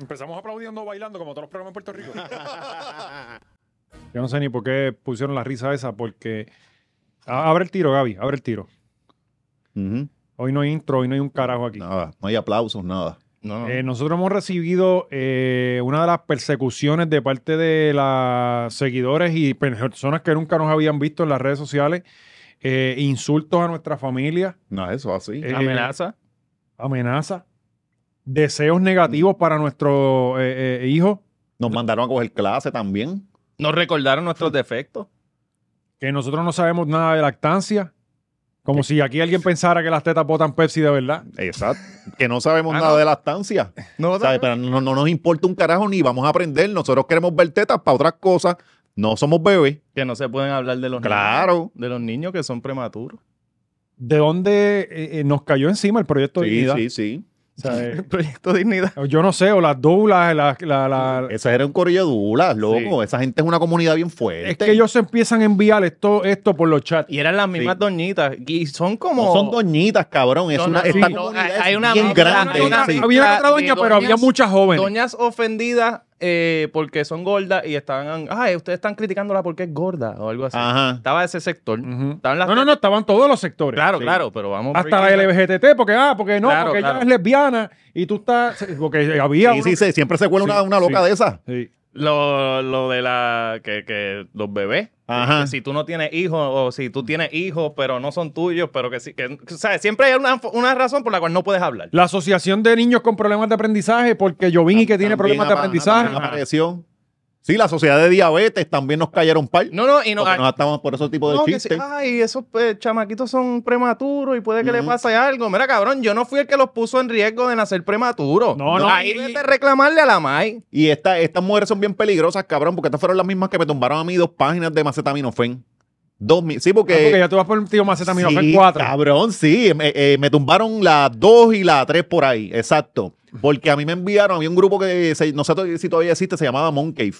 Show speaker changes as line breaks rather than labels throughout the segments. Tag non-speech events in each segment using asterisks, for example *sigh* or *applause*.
Empezamos aplaudiendo bailando como todos los programas en Puerto Rico. *laughs* Yo no sé ni por qué pusieron la risa esa, porque. Ah, abre el tiro, Gaby, abre el tiro.
Ujú.
Hoy no hay intro, hoy no hay un carajo aquí.
Nada, no hay aplausos, nada.
No, no.
Eh, nosotros hemos recibido eh, una de las persecuciones de parte de los seguidores y personas que nunca nos habían visto en las redes sociales, eh, insultos a nuestra familia,
No, eso así.
eh,
Amenaza.
amenazas, deseos negativos para nuestro eh, eh, hijo,
Nos mandaron a coger clase también.
Nos recordaron nuestros defectos.
que nosotros no sabemos nada de lactancia, como si aquí alguien pensara que las tetas botan Pepsi de verdad.
Exacto. Que no sabemos
Ah,
nada
no.
de la estancia.
No,
¿Sabes? Pero no, no nos importa un carajo ni vamos a aprender. Nosotros queremos ver tetas para otras cosas. No somos bebés.
Que no se pueden hablar de los
Claro.
niños. De los niños que son prematuros.
¿De dónde eh, eh, nos cayó encima el proyecto de
Sí,
dignidad?
sí, sí.
O sea, eh,
El *laughs* proyecto Dignidad.
yo no sé, o las doulas, la- la- la,
Esa era un corillo de dulas, loco. Esa gente es una comunidad bien fuerte.
Es que ellos se empiezan a enviar esto, esto por los chats.
Y eran las mismas
Sí.
doñitas. Y son como.
No son doñitas, cabrón. Es
No, no,
una,
no,
esta
no,
comunidad
hay- hay
es
una
bien
mezcla,
grande.
hay una
sí.
mezcla.
Había otra
de
doña, pero
doñas-
había muchas jóvenes.
Doñas ofendidas eh, porque son gordas y estaban. Ay, ustedes están criticándola porque es gorda o algo así.
Ajá.
Estaba ese sector.
Ujú.
Estaban las
No, no, no, estaban todos los sectores.
Claro,
Sí.
claro, pero vamos.
Hasta la
breaking down.
LBGTT, porque ah, porque no,
Claro,
porque
claro.
ella es lesbiana y tú estás. Porque había.
Sí,
uno-
sí, sí, siempre se cuela
Sí,
una, una loca
sí.
de esas.
Sí.
Lo, lo de la. Que, que los bebés.
Ajá.
Que si tú no tienes hijos o si tú tienes hijos, pero no son tuyos, pero que sí. Que, o sea, siempre hay una, una razón por la cual no puedes hablar.
La Asociación de Niños con Problemas de Aprendizaje, porque Jovín y que tiene
También
problemas de
apa-
aprendizaje.
también apareció. Sí, la sociedad de diabetes también nos cayeron par.
No, no, y no.
porque nos ataban por esos tipos de
No, que sí,
chistes.
ah.
ay, esos eh, chamaquitos son prematuros y puede que le
Ujú.
pase algo. Mira, cabrón, yo no fui el que los puso en riesgo de nacer prematuro.
No, no,
Ahí
y-
vete a reclamarle a la MAI.
Y esta- estas mujeres son bien peligrosas, cabrón, porque estas fueron las mismas que me tumbaron a mí dos páginas de macetaminofén. Dos mi- Sí,
Ah, porque
porque.
ya tú vas por un tío macetaminofén
Sí,
4.
Cabrón, sí. Me, eh, me tumbaron la 2 y la 3 por ahí. Exacto. Porque a mí me enviaron, había un grupo que se- no sé to- si todavía existe, se llamaba Monk Cave.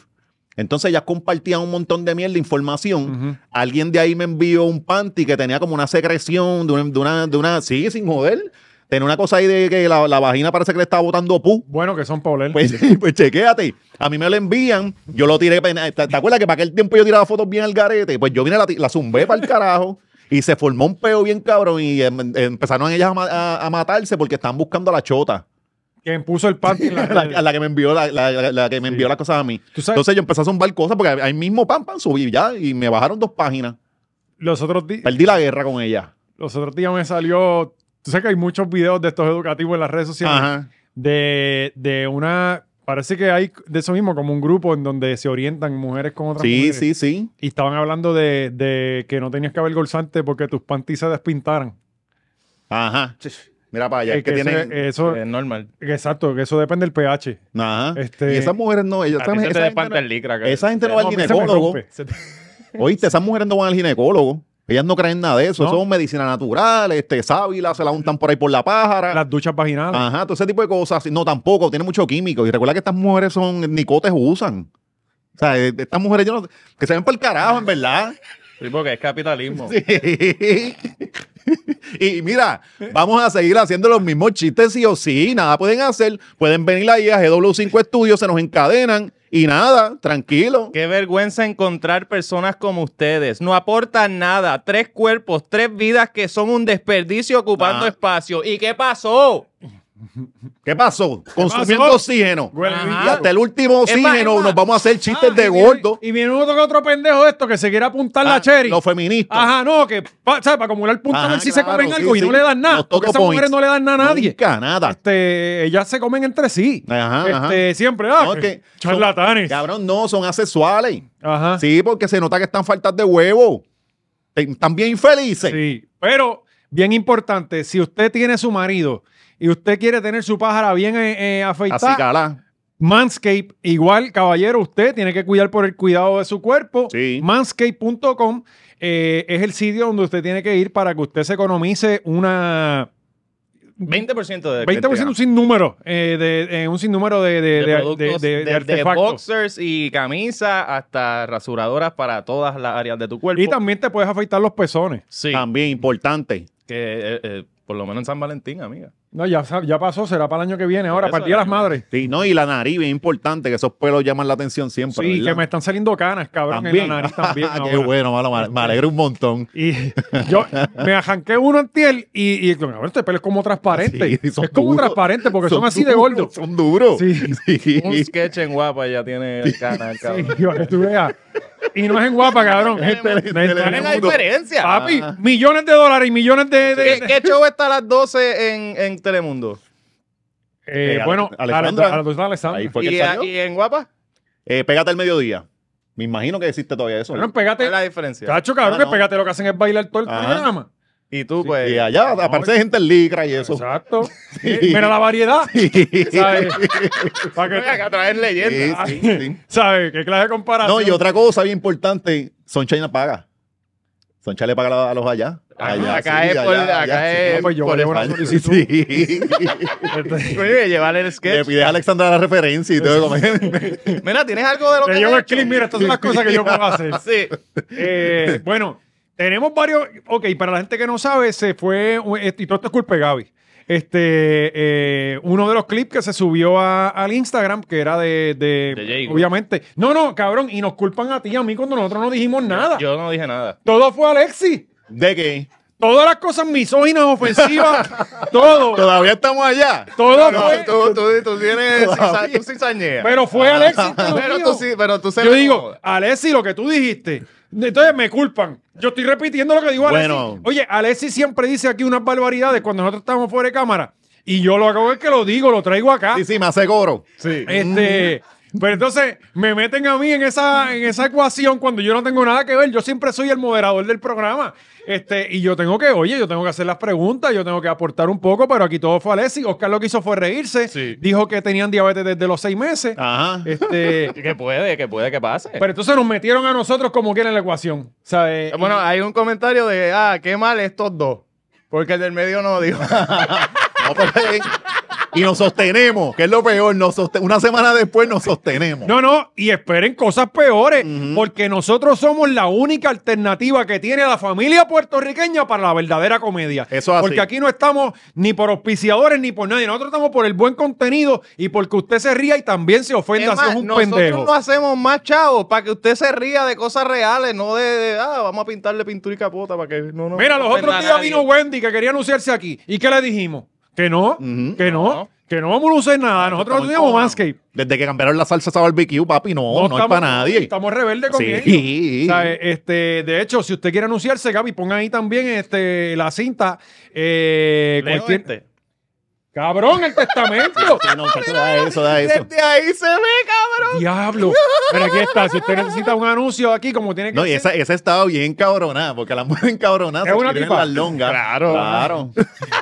Entonces ellas compartían un montón de mierda, información.
Ujú.
Alguien de ahí me envió un panty que tenía como una secreción de una, de una, de una- sí, sin joder. Tenía una cosa ahí de que la, la vagina parece que le estaba botando pu.
Bueno, que son Paulel.
Pues, pues *laughs* chequéate. A mí me lo envían, yo lo tiré. pena- ¿Te, te acuerdas que para aquel tiempo yo tiraba fotos bien al garete? Pues yo vine, la, ti- la zumbé para el carajo y se formó un peo bien cabrón y em- empezaron ellas a, ma- a- a matarse porque estaban buscando a la chota,
Que puso el panty en la-
*laughs* la,
*laughs*
a la que me envió la, la- la- la que me envió las cosas a mí.
Tú sabes,
Entonces yo empecé a zumbar cosas porque ahí mismo, pam, pam, subí ya y me bajaron dos páginas.
los otros días.
Perdí la guerra con ella.
Los otros días me salió. Tú sabes que hay muchos videos de estos educativos en las redes sociales.
Ajá.
de, de una. Parece que hay de eso mismo, como un grupo en donde se orientan mujeres con otras
Sí,
mujeres.
sí, sí.
Y estaban hablando de, de que no tenías que haber golzante porque tus panties se despintaran.
Ajá. Mira para allá,
Eh,
Ah, es que,
que
tienen.
eso, eso-
Es normal.
exacto, que eso depende del pH.
Ajá.
este-
y esas mujeres no. Ellas,
A ti
esa,
se te
gente
despanta
no,
el licra. que-
esa gente no va
No,
al
a mí se me
ginecólogo.
rompe. Se-
Oíste, esas mujeres no van al ginecólogo. Ellas no creen nada de eso.
No.
Eso es medicina natural, este, sábila, se la untan por ahí por la pájara.
Las duchas vaginales.
Ajá, todo ese tipo de cosas. No, tampoco, tiene mucho químico. Y recuerda que estas mujeres son nicotes usan. O sea, eh, estas mujeres yo no- que se ven por el carajo, en verdad. *laughs*
Sí, porque es capitalismo.
y mira, vamos a seguir haciendo los mismos chistes sí o sí. Nada pueden hacer. Pueden venir ahí a GW5 Estudios, se nos encadenan y nada, tranquilo.
Qué vergüenza encontrar personas como ustedes. No aportan nada. Tres cuerpos, tres vidas que son un desperdicio ocupando
Ah.
espacio. ¿Y qué pasó?
¿Qué pasó? Consumiendo
pasó?
oxígeno.
Huele
Ajá.
bien.
Y hasta el último
Es más, es
oxígeno
más.
nos vamos a hacer chistes
Ah,
de
y viene-
gordo.
Y viene otro que otro pendejo de esto que se quiere apuntar la
Ah,
cherry.
Los feministas.
Ajá, no, que pa- ¿sabes? para acumular puntos
Ajá,
a ver si se
claro,
comen
sí,
algo y
sí.
no le dan nada.
Los
Porque
toco
esas mujeres
points.
no le dan nada a nadie.
Nunca, nada.
Este, ellas se comen entre sí.
Ajá,
este, Siempre, ah,
No,
que-
que-
*laughs* charlatanes.
Cabrón, no, son asexuales.
Ajá.
Sí, porque se nota que están faltas de huevo. Te- Están bien infelices.
Sí. Pero, bien importante, si usted tiene su marido y usted quiere tener su pájara bien eh, eh,
Así
afeitada,
cala.
Manscape, igual, caballero, usted tiene que cuidar por el cuidado de su cuerpo.
Sí.
Manscape.com eh, es el sitio donde usted tiene que ir para que usted se economice una...
20% de,
20% un sinnúmero, eh, de, eh, un sinnúmero de, de-
de,
de-
productos,
de- de- de
desde
artefactos.
boxers y camisas hasta rasuradoras para todas las áreas de tu cuerpo.
Y también te puedes afeitar los pezones.
sí,
También importante.
que eh, eh, por lo menos en San Valentín, amiga.
No, ya, sa- ya pasó, será para el año que viene. Ahora,
eso,
partida de las
eh.
madres.
Sí, no, y la nariz, bien importante, que esos pelos llaman la atención siempre.
Sí,
¿verdad?
que me están saliendo canas, cabrón, en
También.
la
*laughs*
nariz también.
Ah, Qué
ahora.
bueno, mano, me- me alegro un montón.
Y yo me ajanqué uno antiel y, y a ver, este pelo es como transparente.
Sí, son
es como
duros.
transparente porque son, así de
duros,
gordos.
Son duros.
Sí.
*laughs* Sí.
Un sketch en guapa ya tiene el canal,
Sí,
cabrón.
para que tú veas. Y no es en guapa, cabrón. Es tele- tele-
tele-
¿Cuál es la
Telemundo.
diferencia?
Papi,
Ah.
millones de dólares y millones de. de-
¿Qué,
de-
qué show está a las 12 en, en Telemundo?
Eh,
Eh,
bueno,
Alejandra.
Alejandra. Alejandra Alessandra.
Ahí fue que
¿Y,
salió.
y en guapa?
Eh, pégate al mediodía. Me imagino que existe todavía eso.
Cabrón,
¿no?
¿Cuál es
pégate.
la diferencia?
Cacho, cabrón,
Ah,
que
no. Ah.
pégate lo que hacen es bailar todo el
Ajá. *laughs*
programa.
Y tú, pues.
Y allá, aparte de gente en licra y eso. *laughs*
Exacto. Eh, Mira la variedad. ¿Sabes? Para
Venga,
que-
que a traer
Sí,
leyendas.
sí, sí.
*laughs* ¿Sabes? ¿Qué clase de comparación?
No, y otra cosa bien importante, Sonchaina paga. Soncha le paga a los allá.
Ah,
Allá,
acá
sí,
es
allá,
por-
allá,
acá
sí.
es
No, pues yo
por
voy a una
espalda.
Sí,
solicitud.
sí.
Este,
Oye, llevar el
Le
sketch.
pides a Alexandra la referencia y todo.
Mira, ¿tienes algo de lo que
Te
has
llevo el
hecho? Ah,
clip, mira, estas son las cosas que yo puedo hacer.
*laughs* Sí.
Eh, bueno, tenemos varios. Ok, para la gente que no sabe, se fue. un- este- Y todo esto es culpa de Gaby. Este, eh, uno de los clips que se subió a- al Instagram, que era de. de-
De Jago.
obviamente. No, no, cabrón, y nos culpan a ti y a mí cuando nosotros no dijimos nada.
Yo no dije nada.
Todo fue Alexi.
¿De qué?
Todas las cosas misóginas, ofensivas, todo.
Todavía estamos allá.
Todo
No,
fue.
tú, tú, tú tienes ciza- tú cizañeas.
Pero fue
Ah.
Alexi. te lo
*laughs* Pero
digo.
tú sí, pero tú se
Yo
lo
digo,
acomodas.
Alexi, lo que tú dijiste. Entonces me culpan. Yo estoy repitiendo lo que digo Alexi.
Bueno.
Oye, Alexi siempre dice aquí unas barbaridades cuando nosotros estamos fuera de cámara. Y yo lo hago es que lo digo, lo traigo acá.
Sí, sí, me hace coro.
Este, pero entonces me meten a mí en esa, en esa ecuación cuando yo no tengo nada que ver. Yo siempre soy el moderador del programa. Este, y yo tengo que, oye, yo tengo que hacer las preguntas, yo tengo que aportar un poco, pero aquí todo fue Alexi. Oscar lo que hizo fue reírse.
Sí.
Dijo que tenían diabetes desde los seis meses.
Ajá.
Este,
Que puede, que puede que pase.
Eh. pero eh, entonces nos metieron a nosotros como quiera en la ecuación.
Eh,
¿sabes?
bueno, hay un comentario de, ah, qué mal estos dos. Porque el del medio
*laughs*
no dijo.
No, pero, eh, y nos sostenemos, que es lo peor. Nos soste- una semana después nos sostenemos.
No, no, y esperen cosas peores, porque nosotros somos la única alternativa que tiene la familia puertorriqueña para la verdadera comedia.
Eso es así.
Porque aquí no estamos ni por auspiciadores ni por nadie. Nosotros estamos por el buen contenido y porque usted se ría y también se ofenda.
Es más,
si es un
nosotros
pendejo.
no hacemos más chavos para que usted se ría de cosas reales, no de, de, ah, vamos a pintarle pintura y capota para que no nos
Mira, los
ofenda
otros
a
días
nadie.
vino Wendy que quería anunciarse aquí. ¿Y qué le dijimos? Que no,
Ujú.
que no,
No.
que no vamos a anunciar nada. Nosotros
Estamos
estudiamos
en-
Manscape.
Desde que cambiaron la salsa a barbecue, papi, no, no, es para nadie.
Estamos rebeldes con
Sí.
ellos. ¿Sabe? Este, de hecho, si usted quiere anunciarse, Gaby, ponga ahí también este, la cinta. eh,
Leo
cualquier-
este.
Cabrón, el
*laughs*
testamento.
Sí, no, muchacho, da eso, da eso.
Desde ahí se ve, cabrón.
Diablo. Pero aquí está. Si usted necesita un anuncio aquí, como tiene que
No, y
ser.
esa, esa estaba bien cabronada, porque la mujer encabronada
Es una tipa.
las longas.
Claro.
Claro.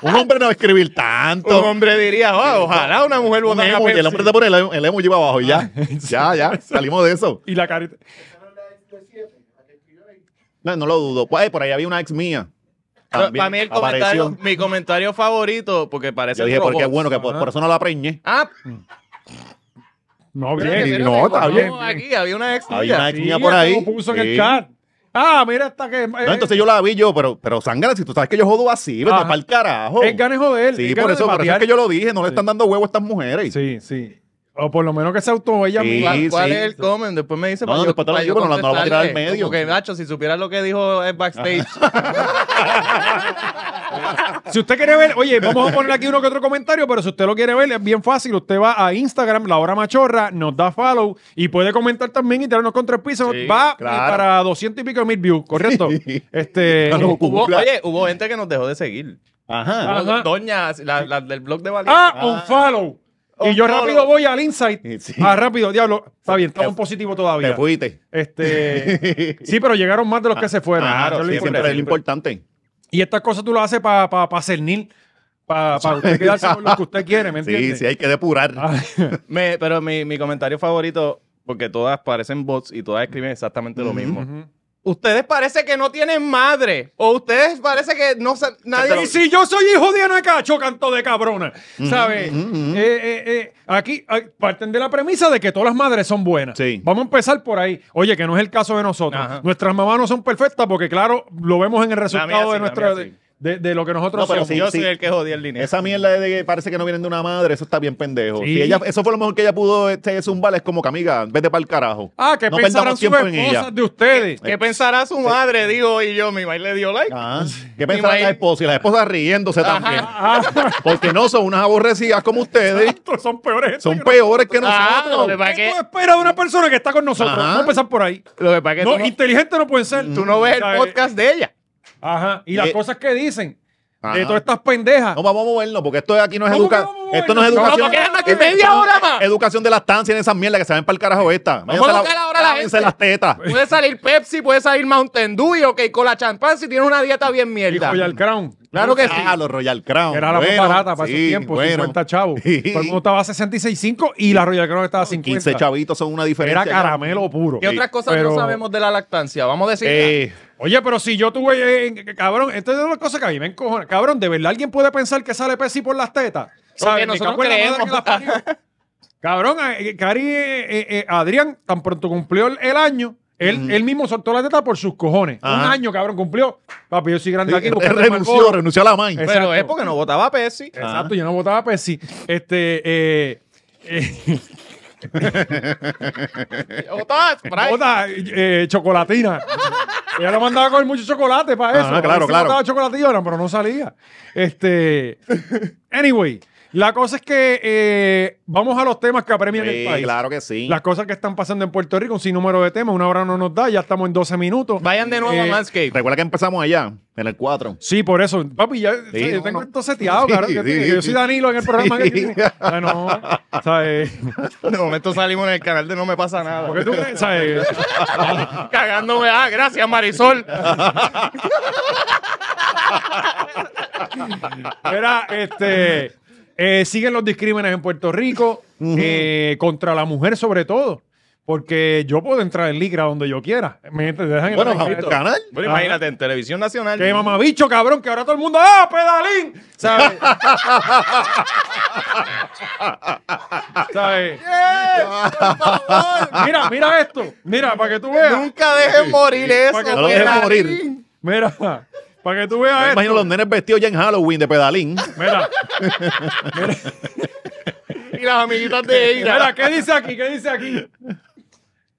Un hombre no va a escribir tanto.
Un hombre diría,
"Oh,
"Ah, ojalá una mujer
Un
botara
emoji, el
Pepsi".
hombre te pone el, el emoji para abajo y ya. Ya, ya. Salimos de eso.
Y la carita.
No, no lo dudo. Pues, ay, por ahí había una ex mía.
Pero
También
Para mí el
apareció.
comentario, mi comentario favorito, porque parece
Yo dije,
robots.
porque es bueno, que por,
Ajá.
por eso no la preñé.
Ah,
No,
espérate,
bien.
sí,
espérate,
no, está
no,
bien.
Aquí había una ex
Había
tuya.
una ex- tenía
Sí,
por ahí.
como puso en el
Sí.
chat. Ah, mira, hasta que. eh,
No, entonces yo la vi yo, pero, pero sangra, si tú sabes que yo jodo así, vete
Ajá.
para el carajo.
Es ganejo de él.
Sí, por eso, por eso es que yo lo dije, no le están dando huevo a estas mujeres.
Sí, sí. O por lo menos que se auto ella
Sí.
misma.
¿Cuál, cuál
sí.
es el comment? Después me dice.
No, no,
para yo-
después te lo
para
digo,
yo
pero no- no lo voy a tirar al
contestarle.
medio.
Como que, Nacho, si supieras lo que dijo el backstage.
Si usted quiere ver, oye, vamos a poner aquí uno que otro comentario, pero si usted lo quiere ver, es bien fácil. Usted va a Instagram, La Hora Machorra, nos da follow y puede comentar también y tirarnos contra el piso.
Sí,
va eh,
claro.
para 200 y pico de mil views, ¿correcto?
*laughs*
Este,
*laughs* No, no.
Hubo-
Claro.
oye, hubo gente que nos dejó de seguir.
Ajá.
Ah. Ajá.
Doña, la, la del blog de Valencia.
Ah, un follow. y yo
Unfollow.
rápido voy al Insight.
Sí.
Ah, rápido, diablo. Está bien, estamos positivo
Te
todavía.
fuiste. *laughs*
Este, sí, pero llegaron más de los que se fueron.
Claro,
Eso es lo
sí, siempre
importante.
es lo importante.
Y estas cosas tú las haces para pa, pa cernir, para
*laughs*
usted quedarse con lo que usted quiere, ¿me entiendes?
Sí, sí, hay que depurar.
Ah,
Me- pero mi, mi comentario favorito, porque todas parecen bots y todas escriben exactamente lo mismo.
ujú.
Ustedes parece que no tienen madre. O ustedes parece que no sa- nadie.
Y si yo soy hijo de Anacacho, canto de cabrona, ¿sabes? Eh, eh, eh, aquí ah, parten de la premisa de que todas las madres son buenas.
Sí.
Vamos a empezar por ahí. Oye, que no es el caso de nosotros.
Ajá.
Nuestras mamás no son perfectas porque, claro, lo vemos en el resultado
mía sí,
de
la
nuestra...
mía sí.
de- de, de lo que nosotros
No, pero
somos.
sí,
yo
sí.
soy el que jodí el dinero.
Esa mierda de que parece que no vienen de una madre, eso está bien pendejo.
Sí.
Si ella, eso fue lo mejor que ella pudo este, zumbar, es como que amiga, vete para el carajo.
Ah, que
no
pensarán sus
perdamos tiempo en ella. Eh,
esposas de ustedes.
¿Qué pensará su madre? Digo, y yo, mi madre le dio like.
Ah, ¿Qué pensarán
imagino-
las esposas? Y las esposas riéndose también.
Ah,
*laughs* Porque no son unas aborrecidas como ustedes.
son peores.
Son
peores.
peores que
Ah, lo que
nosotros.
pasa es
¿Qué tú
que-
esperas de una persona que está con nosotros?
Ajá.
Vamos a empezar por ahí.
lo que pasa es que
No,
tú, no,
inteligente no pueden ser.
tú no ves el
¿Sabes?
podcast de ella.
Ajá. Y las
Eh,
cosas que dicen
ajá.
de todas estas pendejas.
No, vamos a movernos, porque esto aquí no es
¿Cómo que
educación.
vamos a movernos?
Esto no es
No,
educación.
porque eran aquí
media hora más.
Educación de las tancias en esas mierdas que se ven para el carajo esta.
Vamos a educar ahora a la gente.
las tetas.
Puede salir Pepsi, puede salir Mountain Dew y OK con la champán si tiene una dieta bien
y
mierda.
Royal Crown.
Claro que sí.
Ah, los Royal Crown.
Era la
Bueno,
más barata para
sí,
esos tiempos,
bueno.
50 chavos. Todo el mundo estaba a 66.5 y la Royal Crown estaba a 50.
15 chavitos son una diferencia.
Era caramelo puro.
¿Qué otras cosas
Pero-
no sabemos de la lactancia? Vamos a decir.
Eh,
Oye, pero si yo tuve, eh, eh, cabrón, esta es una cosa que a mí me encojona. Cabrón, ¿de verdad alguien puede pensar que sale Pepsi por las tetas? ¿Sabes? Me
nosotros
cago en la madre
creemos.
que la parió. cabrón, eh, eh, Cari, eh, eh, eh, Adrián, tan pronto cumplió el, el año, él, él mismo soltó la teta por sus cojones.
Ajá.
Un año, cabrón, cumplió. Papi, yo soy grande
sí,
aquí.
él
búscate el
renunció, Ah.
Marlboro.
renunció a la main.
Eh,
pero
exacto.
es porque no votaba Pepsi.
Exacto, yo no votaba Pepsi. Este, eh, eh,
Votaba Sprite.
otra, eh, chocolatina. Ella lo mandaba a comer mucho chocolate para eso.
Ajá, Ah, claro,
A ver si
claro.
botaba chocolationa, pero no salía. Este, anyway, la cosa es que eh, vamos a los temas que apremian el
Sí,
país.
claro que sí.
Las cosas que están pasando en Puerto Rico, un sinnúmero de temas, una hora no nos da, ya estamos en 12 minutos.
Vayan de nuevo
Eh,
a Manscaped.
Recuerda que empezamos allá, en el 4.
Sí, por eso. Papi, ya o sea, yo
no,
tengo
no.
esto seteado,
Sí,
cabrón, que-
sí,
que yo
sí.
soy Danilo en el programa
Sí.
que Ah, no. O sea, eh,
De momento salimos en el canal de No Me Pasa Nada.
¿por qué tú crees? O sea, eh,
Cagándome. Ah, gracias, Marisol.
Era, este, eh, siguen los discrímenes en Puerto Rico, eh, contra la mujer sobre todo, porque yo puedo entrar en ligra donde yo quiera. Me ent- dejan entrar
Bueno,
en
al
ligra.
canal.
Bueno, imagínate, en Televisión Nacional.
que mamabicho, cabrón, que ahora todo el mundo, ¡ah, pedalín! ¿Sabes? *laughs* ¿Sabes? Mira, mira esto. Mira, para que tú veas.
Nunca dejen morir eso.
que
No lo dejes
pedalín.
morir.
Mira, para que tú veas
Me
esto.
imagino los nenes vestidos ya en Halloween de pedalín. *laughs*
Mira,
Y las amiguitas de ella.
mira, ¿qué dice aquí? ¿Qué dice aquí?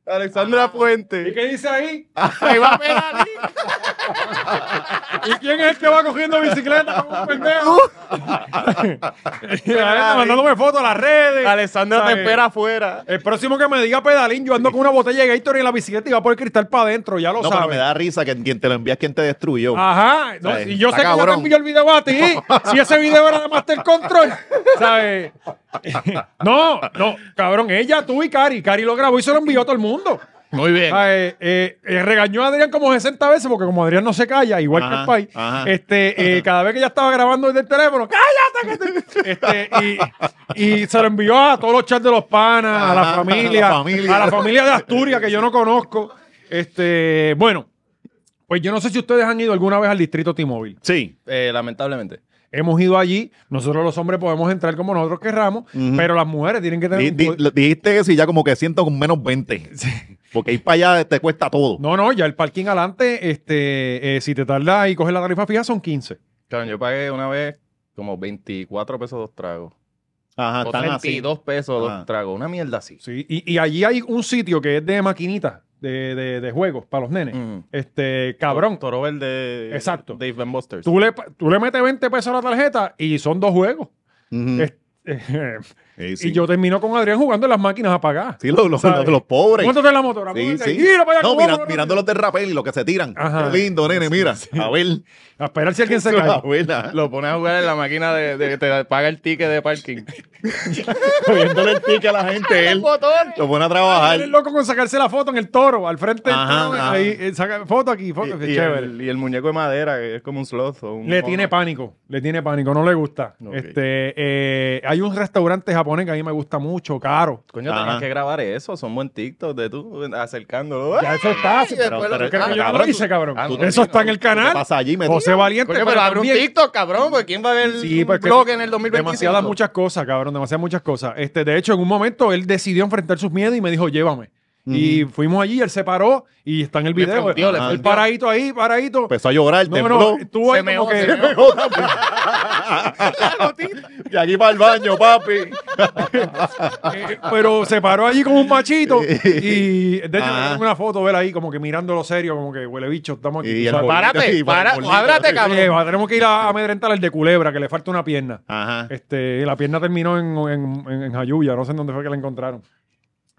Alexandra
¿Y
Fuente.
qué dice ahí?
Ahí va pedalín.
¿Y quién es el que va cogiendo bicicleta como un
*laughs*
pendejo? La gente mandándome fotos a las redes.
Alexandra te
¿Sabes?
espera afuera.
El próximo que me diga pedalín, yo ando con una botella de Gatorade en la bicicleta y va por el cristal para adentro, ya lo
No, pero
sabes.
me da risa que quien te lo envía es quien te destruyó.
Ah, Ajá, no,
¿Sabes?
y yo
Está
sé que yo te
cabrón.
envió el video a ti, si ese video era de Master Control,
*laughs*
¿sabes? No, no, cabrón, ella, tú y Cari, Cari lo grabó y se lo envió a todo el mundo.
Muy bien.
Ah, eh, eh, eh, regañó a Adrián como 60 veces, porque como Adrián no se calla, igual que
Ajá,
el país,
ajá.
este, eh, cada vez que ella estaba grabando desde el teléfono, ¡cállate! que te-". Este, y, y se lo envió a todos los chats de los panas, a la
Ajá,
familia,
a la familia.
a la familia de Asturias que yo no conozco. Este, bueno, pues yo no sé si ustedes han ido alguna vez al distrito T-Mobile.
Sí.
Eh, lamentablemente.
Hemos ido allí, nosotros los hombres podemos entrar como nosotros querramos, pero las mujeres tienen que
Di-
tener. un
di-
poder-
lo- dijiste eso y ya como que siento con menos 20. Porque ir para allá te cuesta todo.
No, no, ya el parking adelante, este, eh, si te tardas y coges la tarifa fija, son 15.
Claro, yo pagué una vez como 24 pesos dos tragos.
Ajá,
O
Ah, están así.
32 pesos
Ajá.
dos tragos. Una mierda así.
Sí, y, y allí hay un sitio que es de maquinitas, de, de- de juegos para los nenes.
Mm.
Ujú.
Este, cabrón,
Toro Verde.
Exacto.
Dave Van Busters.
tú le, tú le metes 20 pesos a la tarjeta y son dos juegos.
Ujú.
Es- eh,
Eh, Mm.
*laughs*
sí.
Y yo termino con Adrián jugando en las máquinas apagadas.
Sí, los, los-
¿sabes?
los- los pobres.
Móntate en la motora.
Sí,
móntate,
sí.
Mira para allá.
No,
como
mira-
vamos,
mirando los de rapel y los que se tiran.
Ajá.
Qué lindo, nene, mira. A
*laughs*
ver.
A esperar si
*laughs*
alguien se
A
cae.
ver, ah.
Lo pones a jugar en la máquina de, de que te paga el ticket
*laughs*
de parking.
Cogiéndole el ticket a la gente, él. Lo pone a trabajar.
Él es loco con sacarse la foto en el toro, al frente del
Ajá,
toro.
ajá.
Ahí, eh, saca foto aquí, foto.
Y,
sí,
y
chévere.
el, y el muñeco de madera, que es como un sloth. o un
Le
mono.
tiene pánico, le tiene pánico, no le gusta.
Ok.
Este, eh, hay un restaurante japonés que a mí me gusta mucho, caro.
Coño,
Ajá.
tenías que grabar eso. Son buen TikTok de tú acercándolo.
Ya eso está.
Ay,
sí,
después
pero-
lo-
pero creo que
ah,
yo no lo
cabrón,
hice,
tú-
cabrón.
ah, no,
eso
no,
está
no.
en el
¿Qué
canal.
pasa allí, metido?
José Valiente.
Coño, pero abre un
también-
TikTok, cabrón, porque ¿quién va a ver
Sí,
un
pues que-
blog en el 2025?
Demasiadas muchas cosas, cabrón, demasiadas muchas cosas. Este, de hecho, en un momento él decidió enfrentar sus miedos y me dijo, llévame. Y fuimos allí, él se paró y está en el
Le
video.
fronteó, le
el
fronteó.
paradito ahí, paradito.
Empezó a llorar,
no,
Pues, tembló.
no, estuvo ahí
Se meó,
como que-
se meó.
pues.
*laughs* Y aquí para el baño, papi.
Eh, pero se paró allí como un machito y de hecho
Ah.
tengo una foto de él ahí como que mirándolo serio como que huele bicho estamos aquí
Y
tú
el
sabes.
bolito,
Párate,
y para el
para-
bolito.
ábrate, cabrón.
Oye, va, tenemos que ir a a amedrentar al de culebra que le falta una pierna
Ajá.
este la pierna terminó en, en, en- en Jayuya no sé en dónde fue que la encontraron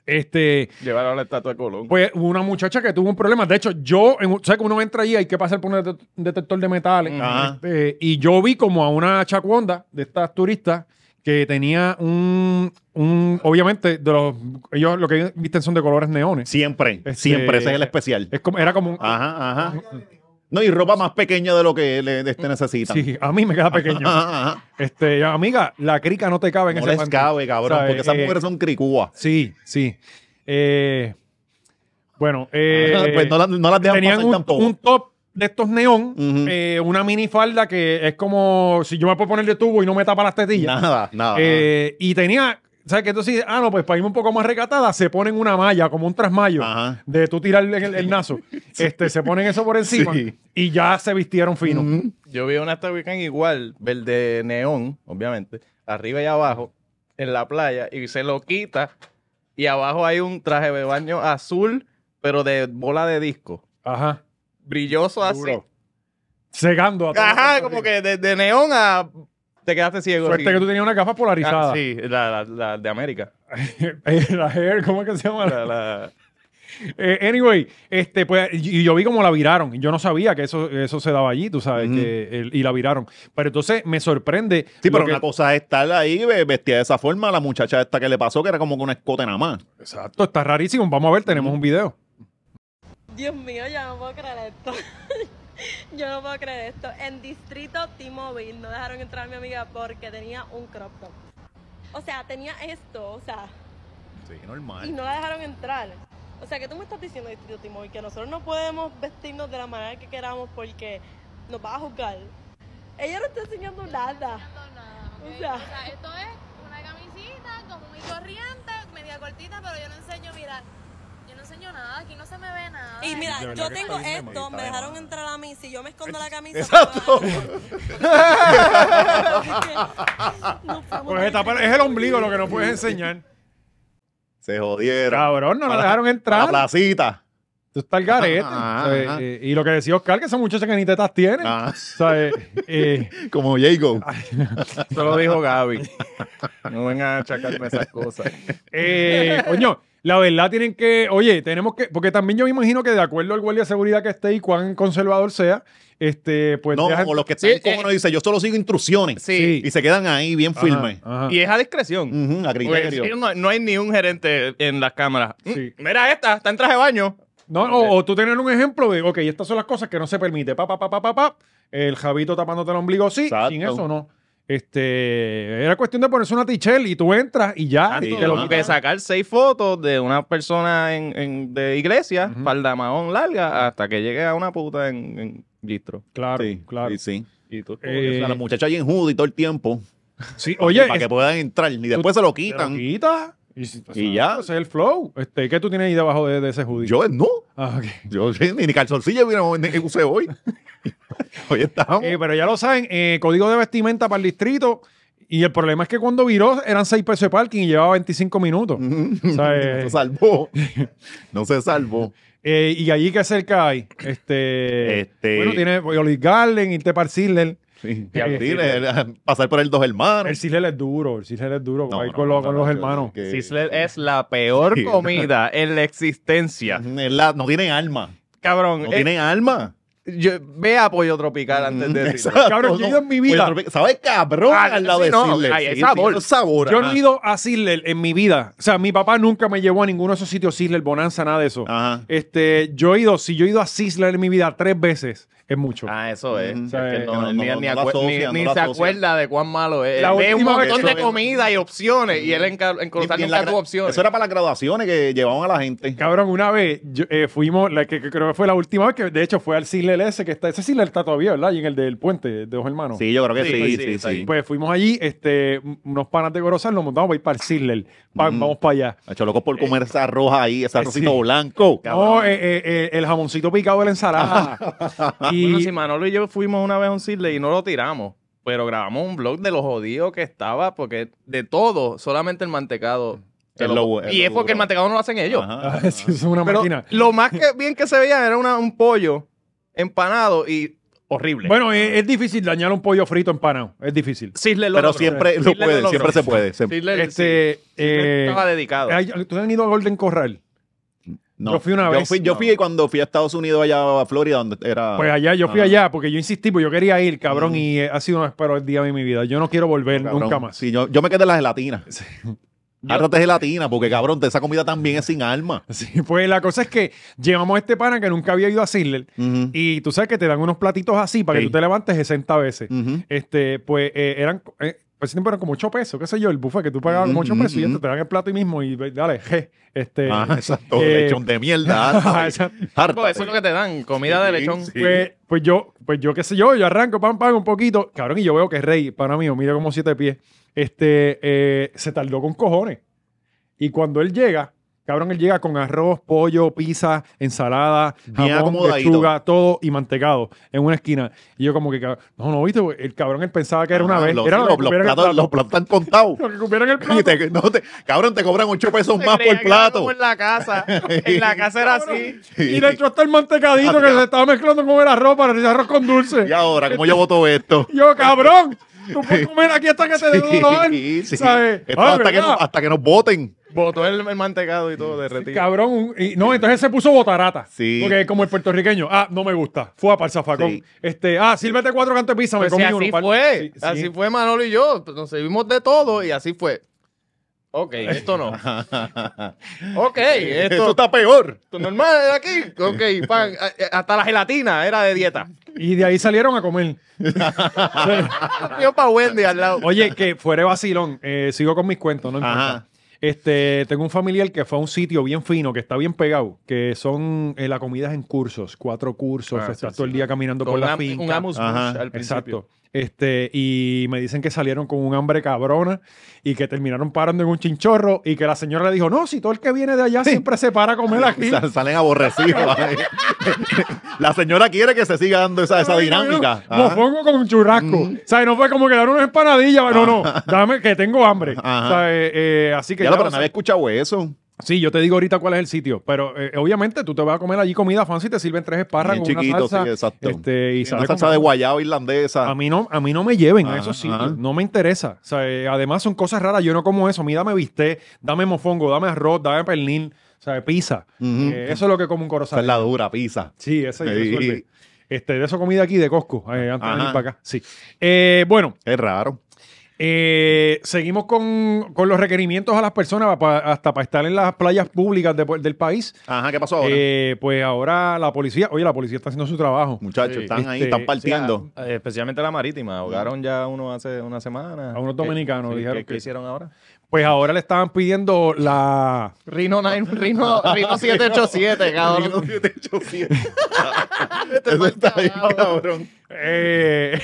este
Llevar a la estatua de Colón.
pues hubo una muchacha que tuvo un problema de hecho yo en, un- sabes que uno entra allí hay que pasar por un det- detector de metales
Ajá.
Este, y yo vi como a una chacuonda de estas turistas que tenía un, un obviamente, de los, ellos lo que visten son de colores neones.
Siempre,
Este-
siempre. Ese es el especial.
Es como, era como un...
Ajá, ajá. No, y ropa más pequeña de lo que le, este necesita.
Sí, a mí me queda pequeño.
*laughs* Ajá, ajá.
Este, yo, amiga, la crica no te cabe en
No
ese
les
pantalón.
cabe, cabrón,
¿Sabes?
porque esas
Eh,
mujeres son cricúas.
Sí, sí. Eh, bueno, eh,
*laughs* pues no, las- no las dejan
tenían
pasar
un,
tampoco.
un top de estos neón,
Ujú.
eh, una minifalda que es como si yo me puedo poner de tubo y no me tapa las tetillas.
Nada, nada.
Eh, y tenía, ¿sabes qué? Entonces, ah, no, pues para irme un poco más recatada, se ponen una malla, como un trasmayo,
Ajá.
de tú tirarle el, el
*laughs*
nazo. Este, se ponen eso por encima
Sí.
y ya se vistieron fino.
Ujú.
Yo vi una estatua igual, verde neón, obviamente, arriba y abajo, en la playa, y se lo quita, y abajo hay un traje de baño azul, pero de bola de disco,
Ajá.
brilloso así.
Cegando a todos.
Ajá, como que de, de neón a... Te quedaste ciego.
Suerte
sí.
que tú tenías una gafa polarizada.
Ah, sí, la, la- la de América.
*laughs* la hair, ¿cómo es que se llama?
La- la-
Eh, anyway, este, pues, y y yo vi cómo la viraron. y Yo no sabía que eso, eso se daba allí, tú sabes,
Ujú.
que el- y la viraron. Pero entonces me sorprende.
Sí,
lo
pero
que-
una cosa es estar ahí ve- vestida de esa forma, la muchacha esta que le pasó, que era como con un escote nada más.
Exacto, está rarísimo. Vamos a ver, tenemos un video.
Dios mío, yo no puedo creer esto. *laughs* yo no puedo creer esto. En distrito T-Mobile no dejaron entrar a mi amiga porque tenía un crop top. O sea, tenía esto, o sea,
Sí,
y
normal.
no la dejaron entrar. O sea, que tú me estás diciendo, distrito T-Mobile, que nosotros no podemos vestirnos de la manera que queramos porque nos va a juzgar. Ella no está enseñando nada.
No, nada, ¿ok?
O
O
sea.
sea, esto es una camisita común y corriente, media cortita, pero yo no enseño, mira, yo no enseño nada, aquí no se me ve nada.
Y mira,
De verdad
yo
que
tengo
está bien de
esto,
moda,
me
está
dejaron entrar a mí, si yo me escondo la camisa.
Exacto.
me
*laughs*
van a- No podemos-
Pues está para- es el ombligo lo que no puedes enseñar.
Se jodieron.
Cabrón, no la
Para-
dejaron
La
entrar.
placita.
Tú estás al garete.
Ajá,
¿sabes?
ajá.
Eh, y lo que decía Oscar, que esa muchacha que ni tetas tiene.
Ah,
¿sabes? Eh,
como Jacob.
Eso lo dijo Gaby. *laughs* No vengan a achacarme esas cosas.
*laughs*
eh, coño, la verdad tienen que. Oye, tenemos que. Porque también yo me imagino que de acuerdo al guardia de seguridad que esté y cuán conservador sea, este, pues.
No,
dejan-
o los que están
Sí,
como
eh.
uno dice, yo solo sigo instrucciones.
Sí.
Y se quedan ahí bien
Ajá, Pues,
firmes.
ajá.
Y es a discreción.
Mm,
Ujú, a
Porque
criterio.
sí, no, no hay ni un gerente en las cámaras. Mm,
Sí.
Mira esta, está en traje de baño.
No, o, o tú tener un ejemplo de, ok, estas son las cosas que no se permite. Pa, pa, pa, pa, pa, pa. El jabito tapándote el ombligo, sí.
Exacto.
Sin eso, no. Este, era cuestión de ponerse una tichel y tú entras y ya.
Sí,
y te
ajá.
lo
de
quitas.
sacar seis fotos de una persona en, en- de iglesia,
Ujú.
falda mahón larga, hasta que llegue a una puta en, en gistro.
Claro,
Sí,
claro.
sí, sí.
Y tú,
Eh,
O sea, las muchachas ahí en Judy todo el tiempo.
Sí, oye,
para
es-
que puedan entrar. Y después se lo
te lo
quitan.
quitas. Y, si- o sea,
Y ya.
Ese es el flow. Este, ¿Qué tú tienes ahí debajo de, de ese judío?
Yo no.
Ah, ok.
Yo *laughs* sí, ni ni calzoncillo mira, ni que usé hoy. *laughs* hoy estamos.
Eh, pero ya lo saben, eh, código de vestimenta para el distrito. Y el problema es que cuando viró eran 6 pesos de parking y llevaba 25 minutos.
Ujú.
sea, eh.
no *laughs* se salvó. No se salvó.
Eh, y allí que cerca hay. Este,
Este-
Bueno, tiene Olive Garden, irte para el Sidler.
Sí.
Ya,
Sí,
sí,
le- le- eh, pasar por el dos hermanos.
El Sidler es duro, el Sidler es duro.
No,
ahí
no,
con, los-
no,
con
no,
los
yo-
hermanos.
que-
Sizzler es la peor
Eh, Sí.
comida en la existencia.
Es la- no tiene alma.
Cabrón,
No
eh,
tiene alma.
yo- ve a Pollo Tropical antes de decirlo.
*laughs* Exacto,
Cabrón, yo he ido en mi vida.
Oye, tropi- ¿Sabes cabrón?
Ah,
al lado
sí,
de
no,
Sidler.
ahí hay
Sí,
sabor.
tiene sabor,
Yo
ajá.
no he ido a Sidler en mi vida. O sea, mi papá nunca me llevó a ninguno de esos
Ah.
sitios Sidler, Bonanza, nada de eso.
Ajá.
Este, yo he ido, si yo he ido a Sidler en mi vida tres veces, Es mucho.
Ah, eso es.
Ujú.
O sea, es que
Que
no-
no-
ni-
no-
ni
no la
acuer-
asocian,
ni-
no
ni
la
se
asocian.
acuerda de cuán malo es.
La
Ve un
última vez
montón
que
de
yo-
comida y opciones. Y él en, cal- en Corozal
Y en
nunca
la
tuvo
gra-
opciones.
Eso era para las graduaciones que llevaban a la gente.
Cabrón, una vez yo, eh, fuimos, la que, que creo que fue la última vez, que de hecho fue al Cile ese que está, ese Cile está todavía, ¿verdad? Y en el del puente de dos hermanos.
Sí, yo creo que
Sí,
sí,
sí,
sí, sí.
sí.
Pues fuimos allí, este, un- unos panas de Gorosal, nos montamos para ir para el Sidler. Pa-
Mm.
Vamos para allá.
Hacho, loco por comer esa roja ahí, ese
eh,
arrocito
sí.
blanco.
No, eh, eh, eh, el jamoncito picado de la
*laughs*
ensalada. y *laughs*
Bueno, si Manolo y yo fuimos una vez a un Sidley y no lo tiramos, pero grabamos un vlog de lo jodido que estaba, porque de todo, solamente el mantecado.
Es
se lo-
lo bu- es
y
lo
es porque el
duro.
mantecado no lo hacen ellos.
Ajá.
Ah, *laughs* sí, eso es una
Pero
máquina.
lo más que bien que se veía era una- un pollo empanado y horrible.
Bueno, es, es difícil dañar un pollo frito empanado. Es difícil.
Sidley lo
Pero
logró.
siempre lo
Sidley
puede,
logró.
siempre se puede. se-
Sidley-
Este,
Sidley
eh,
estaba dedicado.
ay, ¿Tú has venido a Golden Corral?
no.
yo fui una
Yo
vez.
fui, yo fui cuando fui a Estados Unidos, allá a Florida, donde era.
Pues allá, yo fui
Ah.
allá porque yo insistí, porque yo quería ir, cabrón, y eh, ha sido un peor día de mi vida. Yo no quiero volver
Cabrón,
nunca más.
Sí, yo, yo me quedé en la gelatina. Hártate gelatina, porque cabrón, esa comida también es sin alma.
*laughs* Sí, pues la cosa es que llevamos a este pana que nunca había ido a Sidler
Ujú.
y tú sabes que te dan unos platitos así para que
Sí. Mm.
tú te levantes 60 veces.
Ujú.
Este, pues eh, eran, eh, pues siempre eran como 8 pesos, qué sé yo, el buffet que tú pagabas como 8
Ujú,
pesos y
ujú.
este te dan el plato ahí mismo y ve, dale, je, este.
Mm. Ah,
*laughs*
exacto.
eh,
lechón de
*laughs*
mierda. ah, hártate.
exacto.
Pues eso
Hártate.
es lo que te dan, comida de
Sí,
lechón.
sí.
Pues, pues yo, pues yo qué sé yo, yo arranco, pam, pam, un poquito. Cabrón, y yo veo que Rey, para mí, mira como siete pies, este, eh, se tardó con cojones. Y cuando él llega, cabrón, él llega con arroz, pollo, pizza, ensalada,
Bien
jamón,
acomodadito.
lechuga, todo y mantecado en una esquina. Y yo como que, cabrón, no, no, viste, el cabrón él pensaba que era una
Ah,
vez.
Los,
era
los-
lo que
los
cupiera en el
platos,
plato.
los
*laughs*
platos están contados.
Lo que cupiera en el plato.
*laughs* Y te- no te- cabrón, te cobran 8 pesos *laughs* más
Creía
por
que
plato.
grabamos En la casa.
*laughs*
En la casa era así.
Y le echó hasta el mantecadito que se estaba mezclando con el arroz para el arroz con dulce.
Y ahora, ¿cómo yo
*laughs*
voto esto?
Yo, cabrón, tú puedes comer aquí hasta que te dé dolor.
*laughs* Sí, sí.
¿sabes?
Esto
Ah,
hasta, que
¿verdad?
nos, hasta que nos voten. *laughs*
Botó el, el mantecado y todo derretido.
Cabrón, un- y- no, entonces se puso botarata.
Sí.
Porque como el puertorriqueño, ah, no me gusta. Fue a parzafacón.
Sí.
Este, ah, sírvete cuatro cantos de pizza, me
Pues sí,
comí
así
uno. par-
fue.
Sí, sí.
Así fue Manolo y yo. Nos servimos de todo y así fue.
*laughs*
Ok, esto no. ok,
Esto
esto,
está peor.
esto normal era aquí. Ok, pan. A- a- Hasta la gelatina era de dieta.
Y de ahí salieron a
*laughs*
comer.
Yo para Wendy al lado.
Oye, que fuera de vacilón, eh, sigo con mis cuentos, no importa.
Ajá.
Este, tengo un familiar que fue a un sitio bien fino, que está bien pegado, que son eh, la comida es en cursos, cuatro cursos,
Ah, sí,
estás
sí.
todo el día caminando
Con
por la
am-
finca.
un amuse
Ajá,
al principio.
Exacto. Este, y me dicen que salieron con un hambre cabrona y que terminaron parando en un chinchorro y que la señora le dijo, no, si todo el que viene de allá siempre se para a comer aquí.
Sal- Salen aborrecidos.
*laughs*
ahí. la señora quiere que se siga dando esa, esa dinámica. Ah.
Lo
Ajá. Mm.
pongo con un churrasco. O sea, no fue como que dar una empanadilla. No, no, *laughs* dame que tengo hambre.
Ah. Ajá.
O sea, eh, eh, así que ya
Ya lo, pero
lo
no
sabes.
había escuchado eso.
Sí, yo te digo ahorita cuál es el sitio. Pero eh, obviamente tú te vas a comer allí comida fancy y te sirven tres
Bien
espárragos, una
chiquito,
salsa.
sí, exacto.
este, y
una
sale
salsa
con-
de guayaba irlandesa.
A mí no, a mí no me lleven a
Ajá,
esos
ajá.
sitios. No me interesa. O sea, eh, además son cosas raras. Yo no como eso. A mí dame bistec, dame mofongo, dame arroz, dame pernil, o sea, pizza.
Ujú.
Eh, eso es lo que como un
Esa
corozal.
es la dura pizza.
Sí, esa yo
Sí.
resuelve. Este, de esa comida aquí de Costco, eh, antes de
Ajá.
venir para acá. Sí. Eh, bueno,
Es raro.
eh, seguimos con, con los requerimientos a las personas pa- hasta para estar en las playas públicas de- del país.
Ajá, ¿qué pasó ahora?
Eh, pues ahora la policía, oye, la policía está haciendo su trabajo.
Muchachos,
sí,
están ahí,
este,
están partiendo.
*laughs*
O sea, eh, especialmente la marítima. Ahogaron ya uno hace una semana.
A unos
¿Qué-
dominicanos,
sí,
dijeron
¿qué,
que-
qué hicieron ahora?
Pues ahora le estaban pidiendo la,
Rino, *laughs* nine, Rino, Rino 787,
Uno,
cabrón.
siete, ocho, siete. Eso está bien, cabrón.
eh,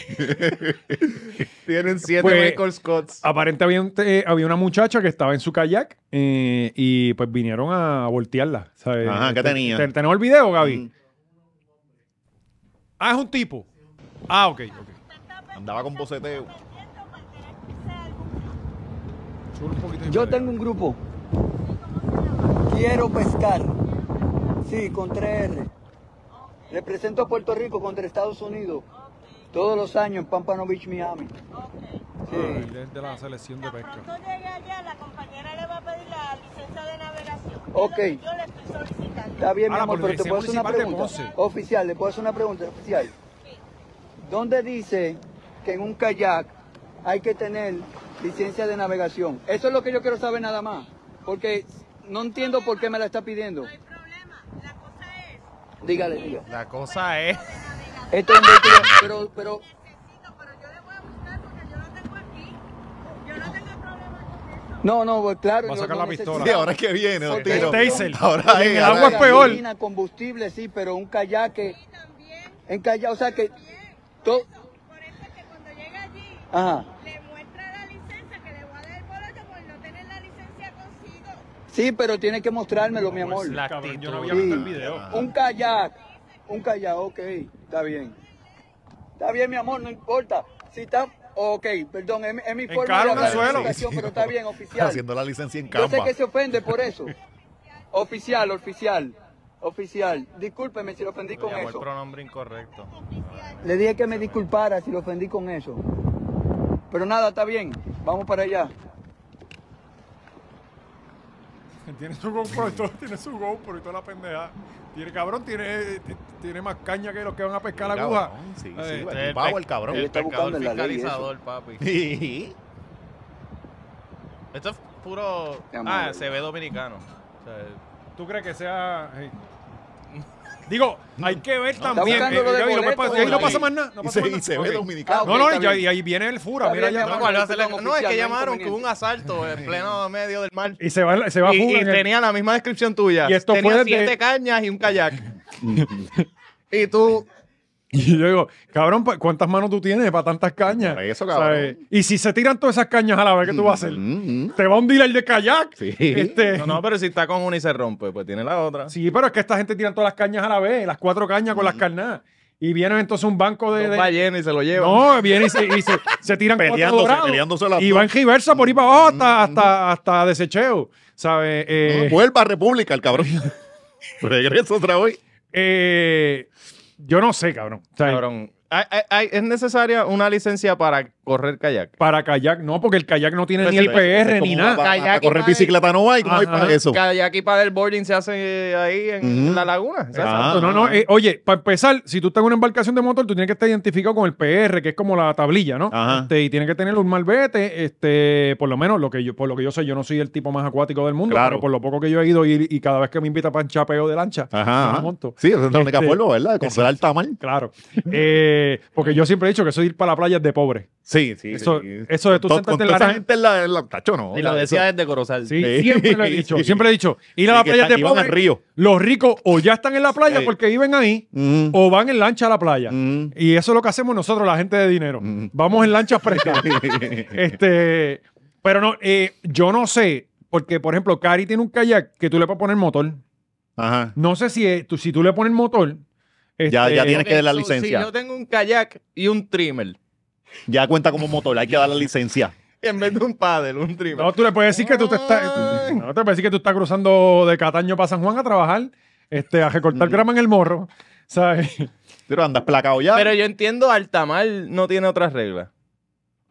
Tienen 7
Pues-
Michael Scotts.
Aparentemente eh, había una muchacha que estaba en su kayak eh, y pues vinieron a voltearla. ¿sabes?
Ajá, ¿qué
Te-
tenía?
te- ¿Tenemos el video, Gaby?
Mm.
Ah, es un tipo. Ah, ok, ok.
Andaba con boceteo. *laughs*
Yo tengo un grupo. Quiero pescar. Sí, con 3R. Represento a Puerto Rico contra Estados Unidos. Todos los años en Pampano Beach, Miami. Sí.
de la selección de pesca.
Cuando llegue allá, la compañera le va a pedir la licencia de navegación.
Ok.
Yo le estoy solicitando.
Está bien, mi
Ahora,
amor,
por
pero te puedo hacer
dirección
una pregunta.
municipal de
Oficial, le puedo hacer una pregunta oficial. ¿Dónde dice que en un kayak hay que tener licencia de navegación? Eso es lo que yo quiero saber nada más. Porque no entiendo por qué me la está pidiendo.
No hay problema. La cosa es
Dígale, dígale.
La cosa es.
Esto es un vehículo, pero, pero,
Necesito, pero yo le voy a buscar porque yo lo tengo aquí. Yo no tengo problema con eso.
no, no, pues, claro.
Va a
yo
sacar
no
la pistola.
Sí,
necesito-
ahora es que viene, los
Sí,
tiros.
taser.
Ahora
Y en
es.
el
ahora
agua
es.
es peor.
Gasolina, combustible, sí, pero un kayak,
Y también,
en kayak, o sea que,
bien,
todo,
por eso es que cuando llega allí,
ajá.
le muestra la licencia que le voy a dar el boleto por no tener la licencia consigo.
Sí, pero tiene que mostrármelo, mi amor.
la
Cabrón, yo no
actitud.
había visto el
Sí.
video.
Ah.
Un kayak, un kayak, ok, está bien. Está bien, mi amor, no importa. Si está, ok, perdón, es, mi- es mi
En
forma
cara,
de
en el
hablar,
suelo.
educación, pero está bien, oficial.
Haciendo la licencia en
Yo sé
Canva.
que se ofende por eso. Oficial, oficial, oficial. Discúlpeme si lo ofendí con
Llamó el
eso.
pronombre incorrecto.
Le dije que me disculpara si lo ofendí con eso. Pero nada, está bien. Vamos para allá.
Tiene su GoPro, y todo, tiene su GoPro y toda la pendeja. Tiene, cabrón, tiene, t- tiene más caña que los que van a pescar la aguja.
Cabrón, Sí,
Eh,
sí,
el
pavo el
pe-
cabrón.
Él
El
está
pecador
buscando en la ley eso.
fiscalizador, papi.
*laughs* Sí.
Esto es puro.
Te amo,
Ah,
baby.
se ve dominicano. O sea,
¿Tú crees que sea...? sí. Digo, hay que ver también. eh,
buscando lo de
Gaby, no, me
boleto,
pasa- y ahí no
Gaby.
pasa más nada. No
y
pasa
se,
más
y
nada.
se
Ok.
ve dominicano.
Ah, ok,
No, no,
está
y ahí,
bien.
ahí viene el fura.
Está
Mira
bien,
allá
mi
atrás.
amor.
¿cuál va a ser la-
perdón,
No, es que
oficial, no
llamaron que hubo un
inconveniente.
asalto en pleno medio del mar.
Y se va, se va
y,
fuga
y
en el-
tenía la misma descripción tuya.
Y esto
tenía
fue desde-
siete cañas y un *laughs* kayak. y tú,
*laughs* Y yo digo, cabrón, ¿pa- ¿cuántas manos tú tienes para tantas cañas?
Por eso, cabrón.
¿Sabes? Y si se tiran todas esas cañas a la vez, ¿qué tú vas a hacer?
Mm, mm.
Te va a hundir el de kayak.
Sí.
Este,
no, no, pero si está con una y se rompe, pues tiene la otra.
Sí, pero es que esta gente tiran todas las cañas a la vez, las cuatro cañas
Mm.
con las carnadas. Y vienen entonces un banco de.
Dos
de-
ballenas y se lo lleva.
No, vienen y se, y se- se tiran cuatro
Peleándose,
dorados.
peleándose las
Y
dos. Mm.
van reversa por ahí para abajo hasta, hasta, hasta desecheo. ¿Sabes? Eh,
Vuelva a República el cabrón. *laughs* Regresa otra vez.
eh, yo no sé, cabrón. O sea,
Cabrón. Ay, ay, ay, es necesaria una licencia para correr kayak.
Para kayak, no, porque el kayak no tiene
Pues
ni el
sí,
PR
Como
ni
va-
nada.
va-
Kayak
A
y
correr
para-
bicicleta no hay, no hay
Ajá.
para eso.
Kayak y para el boarding se hace ahí en
Ujú.
la laguna. ¿sabes?
Ah.
Exacto, no, no. eh, oye, para empezar, si tú estás en una embarcación de motor, tú tienes que estar identificado con el PR, que es como la tablilla, ¿no?
Ajá.
Este, y tienes que tener un malvete, este, por lo menos, lo que yo, por lo que yo sé, yo no soy el tipo más acuático del mundo,
Claro.
pero por lo poco que yo he ido y, y cada vez que me invita para un chapeo de lancha,
Ajá.
me
ajá.
la monto.
Sí, esa es la única
Este,
forma, ¿verdad? De controlar el tamaño.
Claro. Eh, porque yo siempre he dicho que soy ir para la playa es de pobre.
Sí, sí.
Eso-
sí.
eso de tú
Con-
sentarte
con
en
toda
la
esa
arena.
gente en la, en la- tacho, no.
Y lo
la-
decía
eso-
desde Corozal.
Sí,
Sí.
siempre lo he dicho, siempre he dicho. Ir a
Sí,
la
que
playa es
están-
de
iban al
pobre.
río.
Los ricos o ya están en la playa
Sí.
porque viven ahí,
Mm.
o van en lancha a la playa.
Mm.
Y eso es lo que hacemos nosotros, la gente de dinero.
Mm.
Vamos en lanchas
*laughs*
prestadas. este, pero no, eh, yo no sé, porque por ejemplo, Cari tiene un kayak que tú le puedes poner motor.
Ajá.
No sé si eh, tú, si tú le pones motor. este,
Ya- ya tiene- Tienes
Ok,
que dar la
so,
licencia.
Si yo tengo un kayak y un trimmer,
Ya cuenta como motor, hay que dar la licencia.
en vez de un paddle, un trimmer.
No, tú le puedes decir que tú te estás.
Ay.
No, te puedes decir que tú estás cruzando de Cataño para San Juan a trabajar, este, a recortar
Mm.
grama en el morro.
*laughs*
¿Sabes?
Pero andas placado ya.
Pero yo entiendo, Altamar no tiene otras reglas.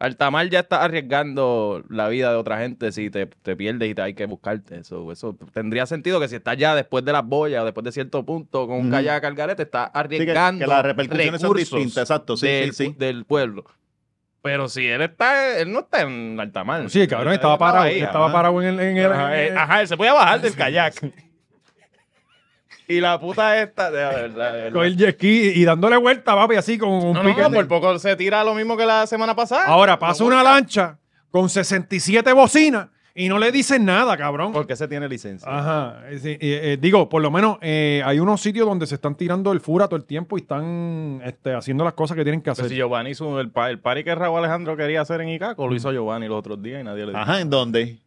Altamar ya está arriesgando la vida de otra gente si te, te pierdes y te hay que buscarte. Eso, eso tendría sentido que si estás ya después de las boyas o después de cierto punto con un
Ujú.
kayak al garete, estás
Sí, que,
arriesgando
que las repercusiones son
recursos
distintas, exacto. Sí,
del,
sí, sí.
del pueblo. Pero si él está, él no está en Altamar.
Sí, cabrón,
Él
estaba
en la
parado.
bahía,
Estaba
ajá.
parado en el. en el-
Ajá,
en
eh,
el-
ajá, él se podía bajar del
*laughs*
kayak. y la puta esta, de verdad. de verdad.
con el jet ski y dándole vuelta, papi, así con un
No, no,
pique.
por poco se tira lo mismo que la semana pasada.
Ahora
No,
pasa
por-
una lancha con 67 bocinas y no le dicen nada, cabrón.
Porque se tiene licencia.
Ajá. Es decir, eh, eh, digo, por lo menos eh, hay unos sitios donde se están tirando el fura todo el tiempo y están este, haciendo las cosas que tienen que
Pero
hacer.
Pues si Giovanni hizo el, pa- el party que Raúl Alejandro quería hacer en Icaco, lo hizo Giovanni los otros días y nadie le dijo.
Ajá, ¿en dónde?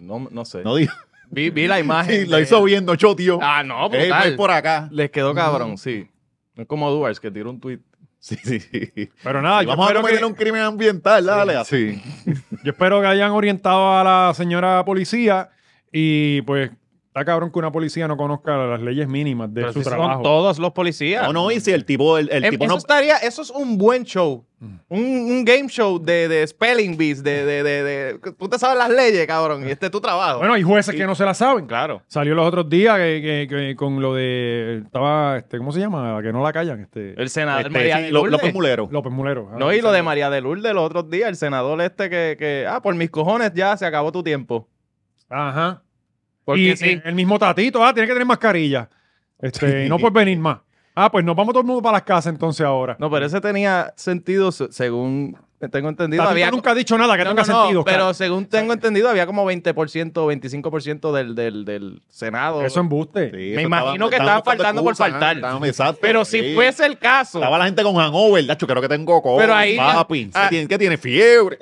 No, no sé.
No digo.
Vi, vi la
*laughs*
imagen.
Sí, lo
de-
hizo bien, no tío.
Ah, no,
Eh,
brutal.
pues por acá.
Les quedó cabrón, sí. No es como Duars que tiró un tweet.
Sí, sí, sí.
Pero
Ah,
nada,
Y
yo
vamos a
espero,
cometer
que,
un crimen ambiental, dale.
Sí.
yo espero que hayan orientado a la señora policía y pues está cabrón que una policía no conozca las leyes mínimas de
Pero
su
si son
trabajo.
todos los policías.
No, no, y si el tipo, el, el
Em,
tipo
eso
no.
estaría, eso es un buen show. Mm. Un, un game show de, de spelling bees, de, de, de, de- Tú te sabes las leyes, cabrón, y este es tu trabajo.
Bueno, hay jueces que no se la saben.
claro.
Salió los otros días que, que- que con lo de. Estaba, este, ¿cómo se llama? La que no la callan. Este,
El senador
Este,
María
sí,
de
Ló-
Lourdes.
López Mulero.
López Mulero.
No, y lo de María de Lourdes los otros días, el senador este que, que, ah, por mis cojones ya se acabó tu tiempo.
Ajá.
Porque
y
sí.
el mismo tatito, ah, tiene que tener mascarilla. Este, y no puedes venir más. Ah, pues nos vamos todo el mundo para las casas entonces ahora.
No, pero ese tenía sentido se- según tengo entendido.
Tatito
había
nunca ha dicho nada que
No,
tenga
no, no,
sentido.
pero
cara.
según tengo entendido, había como 20% o 25% del, del, del Senado.
Eso embuste.
Me
imagino que estaban faltando por faltar. pero si fuese el caso, eh,
Estaba la gente con hangover, Dacho, creo que tengo COVID.
Pero ahí-
Papi,
ah.
¿qué tiene, qué tiene?
*laughs*
Fiebre.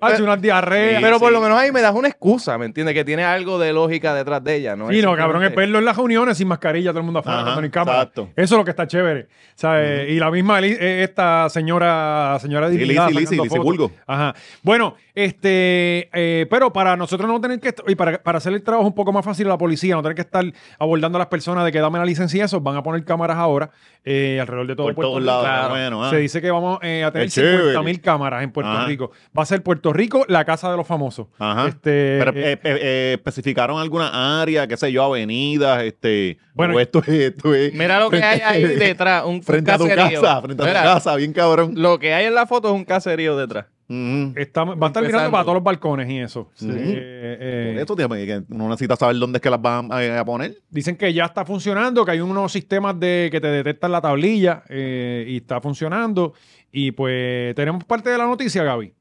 Hace unas diarreas.
pero por
sí.
lo menos ahí me das una excusa, ¿me entiendes? Que tiene algo de lógica detrás de ella, ¿no?
Sí, no, cabrón, es
es
verlo en las reuniones sin mascarilla, todo el mundo afuera,
Ajá,
cantando en cámara.
exacto.
Eso es lo que está chévere. ¿sabes? Y la misma Eli- eh, esta señora, señora
Sí,
dignidad
Lizzy,
sacando
Lizzy,
fotos.
Vulgo.
Ajá. Bueno, este, eh, pero para nosotros no tener que est- y para, para hacer el trabajo un poco más fácil a la policía, no tener que estar abordando a las personas de que dame la licencia y eso, van a poner cámaras ahora eh, alrededor de todo
Por
Puerto
todos
Rico.
lados,
Claro.
bueno, ah.
Se dice que vamos eh, a tener
Qué chévere.
50 mil cámaras en Puerto
Ajá.
Rico. Va a ser Puerto Rico la casa de los famosos.
Ajá.
Este,
Pero
eh,
eh, eh, eh, especificaron alguna área, qué sé yo, avenidas, este.
Bueno,
o esto es, esto es.
Mira lo que hay ahí detrás, un,
*laughs*
un
Frente a tu
caserío.
casa, frente a tu
Mira,
casa, bien cabrón.
Lo que hay en la foto es un caserío detrás.
Ujú.
Está- va a estar mirando
Empezando.
para todos los balcones y eso.
Sí.
Eh, eh,
Esto tiene que- uno necesita saber dónde es que las van a, a poner.
dicen que ya está funcionando, que hay unos sistemas de que te detectan la tablilla eh, y está funcionando. Y pues tenemos parte de la noticia, Gaby.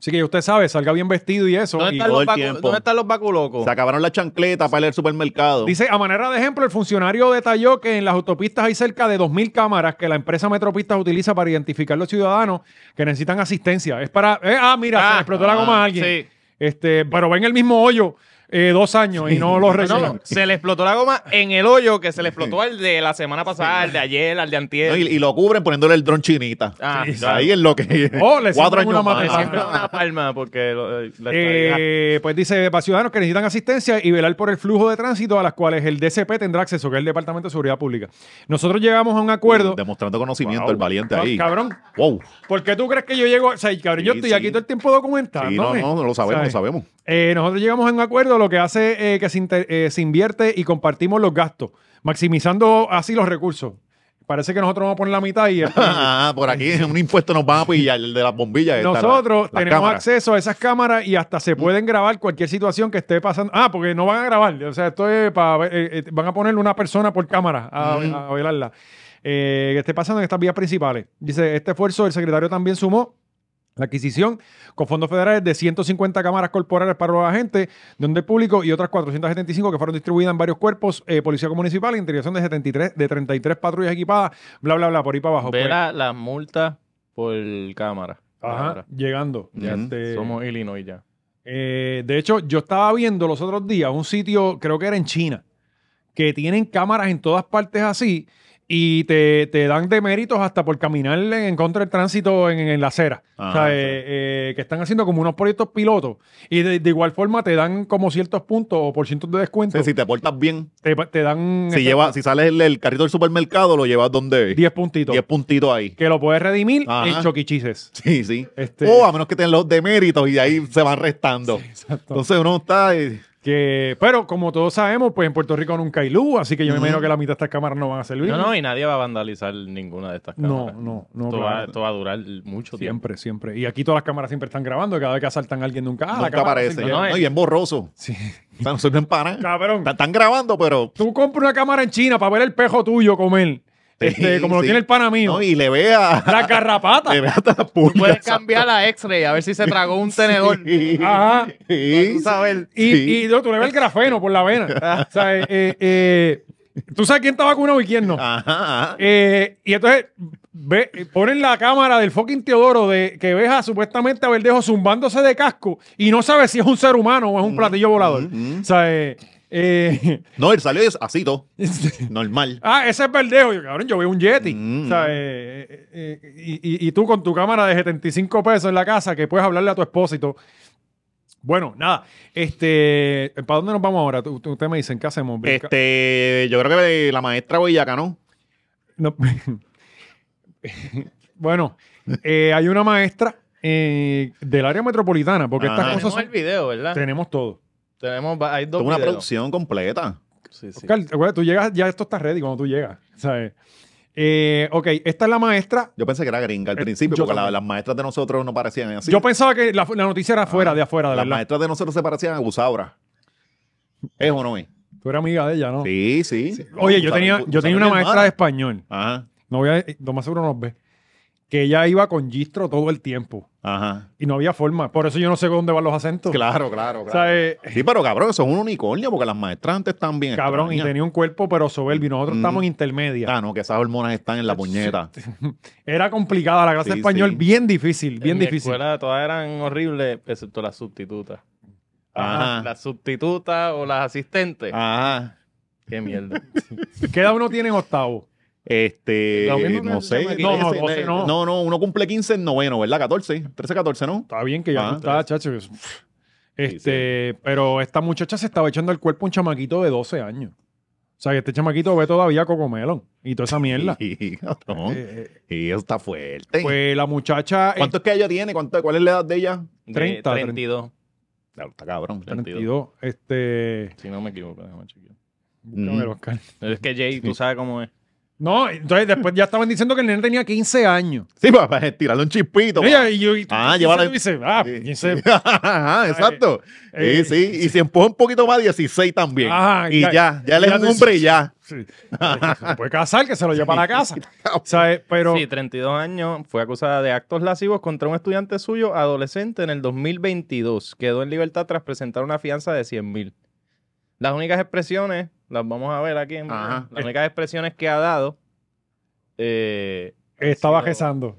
Así que ya usted sabe, salga bien vestido y eso.
¿Dónde
Y
están,
todo
los
el
vacu-
tiempo.
¿Dónde están los vaculocos?
Se acabaron la chancleta para ir al supermercado.
Oh. dice, a manera de ejemplo, el funcionario detalló que en las autopistas hay cerca de 2.000 cámaras que la empresa Metropistas utiliza para identificar los ciudadanos que necesitan asistencia. Es para... eh, ah, mira, se le explotó la goma a alguien.
sí.
Este, pero ven el mismo hoyo eh, dos años y no lo
No,
resuelven.
no, se le explotó la goma en el hoyo que se le explotó al de la semana pasada, al de ayer, al de antier.
No, y, y lo cubren poniéndole el dron chinita.
Ah,
Sí,
claro.
Ahí es lo que.
Oh, le siembran una
cuatro años más.
mata-
Le
Ah.
siembra una palma porque lo- eh, la estadidad.
Eh, pues dice, para ciudadanos que necesitan asistencia y velar por el flujo de tránsito a las cuales el DCP tendrá acceso, que es el Departamento de Seguridad Pública. Nosotros llegamos a un acuerdo.
Demostrando conocimiento,
Wow.
el valiente
Ca-
ahí.
Cabrón,
Wow.
¿por qué tú crees que yo llego? O sea, cabrón, yo
Sí,
estoy
sí.
aquí todo el tiempo documentando.
Sí, no, no, no lo sabemos, lo sabemos. *laughs*
Eh, nosotros llegamos a un acuerdo, lo que hace eh, que se, inter- eh, se invierte y compartimos los gastos, maximizando así los recursos. Parece que nosotros vamos a poner la mitad
*laughs*
y...
Ah, por aquí en un impuesto nos van a pillar el de las bombillas. esta, la-
Nosotros
las
tenemos
cámaras.
acceso a esas cámaras y hasta se pueden grabar cualquier situación que esté pasando. Ah, porque no van a grabar. O sea, esto es para. eh, eh, van a ponerle una persona por cámara a, a
Mm.
velarla. Eh, que esté pasando en estas vías principales. Dice: Este esfuerzo el secretario también sumó. La adquisición con fondos federales de 150 cámaras corporales para los agentes, donde el público y otras 475 que fueron distribuidas en varios cuerpos, eh, policía municipal, integración de 73, de 33 patrullas equipadas, bla, bla, bla, por ahí para abajo.
Ve
pues.
la- las multas por cámara.
Ajá,
Ahora.
llegando.
Ya
Este,
somos Illinois ya.
Eh, de hecho, yo estaba viendo los otros días un sitio, creo que era en China, que tienen cámaras en todas partes así y te, te dan deméritos hasta por caminar en contra del tránsito en, en la acera.
Ajá,
O sea,
Ah, claro.
eh, eh, que están haciendo como unos proyectos pilotos y de, de igual forma te dan como ciertos puntos o por cientos de
Sí,
descuento.
si te portas bien,
Te, te dan este,
si, lleva, si sales el, el carrito del supermercado, lo llevas donde
10 puntitos.
10 puntitos ahí.
Que lo puedes redimir
Ajá.
en choquichises.
Sí, sí.
Este-
O a menos que tengan los deméritos y de ahí se van restando. Entonces uno está. eh,
Que, pero como todos sabemos, pues en Puerto Rico nunca hay luz, así que yo me
Ujú.
imagino que la mitad de estas cámaras no van a servir.
No, no, y nadie va a vandalizar ninguna de estas
No,
cámaras.
no, no.
Esto,
claro.
va, esto va a durar mucho tiempo.
Siempre, siempre. Y aquí todas las cámaras siempre están grabando. y Cada vez que asaltan a alguien nunca, ah, la
nunca
cámara
aparece.
sirvió.
No, eh.
No,
es-
y bien borroso. *laughs*
Sí.
O sea, no sirven para nada.
Cabrón.
Están- Están grabando, pero.
Tú compras una cámara en China para ver el pejo tuyo comer. Este,
Sí,
como lo
sí.
tiene el pana mío.
No, y Ah, le vea.
La carrapata.
*laughs* Le vea hasta las pulgas.
Puedes cambiar la X-ray a ver si se tragó *laughs* un tenedor.
Sí.
Ajá.
Sí.
Y,
Sí.
y no, tú le ves el grafeno por la
*laughs*
vena. o sea, eh, eh, eh, tú sabes quién está vacunado y quién no.
Ajá, ajá.
Eh, y entonces ve- eh, ponen la cámara del fucking Teodoro de que ves a supuestamente a Verdejo zumbándose de casco y no sabe si es un ser humano o es un platillo volador. O sea, eh, eh, *laughs*
No, él salió así todo. Normal.
ah, ese es Verdejo. Yo, cabrón, yo veo un Yeti.
Mm.
O sea, eh, eh, eh, y, y- y tú con tu cámara de 75 pesos en la casa que puedes hablarle a tu esposo y todo. Bueno, nada. Este, ¿Para dónde nos vamos ahora? Tú- tú- Ustedes me dicen, ¿qué hacemos? Brinca-
Este, yo creo que la maestra Boyaca, ¿no?
No. *laughs* bueno, eh, hay una maestra eh, del área metropolitana, porque
Ajá.
estas cosas
Tenemos
son-
el video, ¿verdad?
tenemos todo.
Tenemos, va- hay dos
Tuvo una
videos.
producción completa.
Sí, sí.
Oscar, acuérdate, tú llegas, ya esto está ready cuando tú llegas. ¿sabes? Eh, ok, esta es la maestra.
Yo pensé que era gringa al
Eh,
principio,
yo
porque la-
también.
las maestras de nosotros no parecían así.
Yo pensaba que
Ah,
la, la noticia era afuera, de afuera, de
las
verdad.
maestras de nosotros se parecían a Gusaura. ¿Es o no es?
Tú eres amiga de ella, ¿no?
Sí, sí.
Oye, yo tenía, yo tenía una maestra de español.
Ajá,
No voy a, lo más seguro nos ve. Que ella iba con gistro todo el tiempo.
ajá.
Y no había forma. Por eso yo no sé dónde van los acentos.
Claro, claro,
O
claro.
sea, eh,
Sí, pero cabrón, son un unicornio porque las maestras antes están *laughs* bien.
cabrón, y
extrañas.
tenía un cuerpo, pero soberbio. Nosotros
Mm.
estamos en intermedia.
Ah, no, que esas hormonas están en la puñeta.
Era complicada la clase de
Sí,
español,
sí.
bien difícil, bien
en mi
difícil.
escuela todas eran horribles, excepto las sustitutas.
Ajá.
Las sustitutas o las asistentes.
Ah.
Ajá.
*laughs*
Qué mierda.
¿Qué edad uno tiene en octavo?
Este,
Lo mismo que
no
el
sé.
chamaquito.
No, no,
trece,
doce, no.
no, no, uno cumple 15 en noveno, ¿verdad? 14, 13, 14, ¿no?
Está bien que ya
Ah,
no estaba, chacho. que es- Este, pero esta muchacha se estaba echando el cuerpo a un chamaquito de 12 años. O sea, que este chamaquito ve todavía Cocomelon y toda esa mierda.
Y, cabrón,
Eh, eh,
y eso está fuerte.
pues la muchacha. eh,
¿Cuánto es que ella tiene? ¿Cuánto, ¿Cuál es la edad de ella?
De
30,
32,
Claro, está cabrón.
32. Este.
si no me equivoco. déjame chequear.
Mm.
búscame, Oscar.
Es que Jay, tú sabes cómo es.
No, entonces después ya estaban diciendo que el nene tenía 15 años.
Sí, pues, para, para tirarle un chispito.
Ella, y yo, y tú-
Ah,
tú
llévala-
dices, ah,
Sí.
15.
*laughs* Ajá, exacto.
eh,
sí, sí. Y si empuja un poquito más, 16 también.
Ajá,
y
ya-
ya, ya, él es
ya
un
te-
hombre y ya.
sí. Se puede casar, que se lo lleve para la
*laughs*
casa. ¿Sabes? Pero.
Sí, 32 años, fue acusada de actos lascivos contra un estudiante suyo adolescente en el 2022. Quedó en libertad tras presentar una fianza de 100 mil. Las únicas expresiones, las vamos a ver aquí, en,
Ajá.
las únicas expresiones que ha dado, eh,
Estaba
Sí, no.
rezando.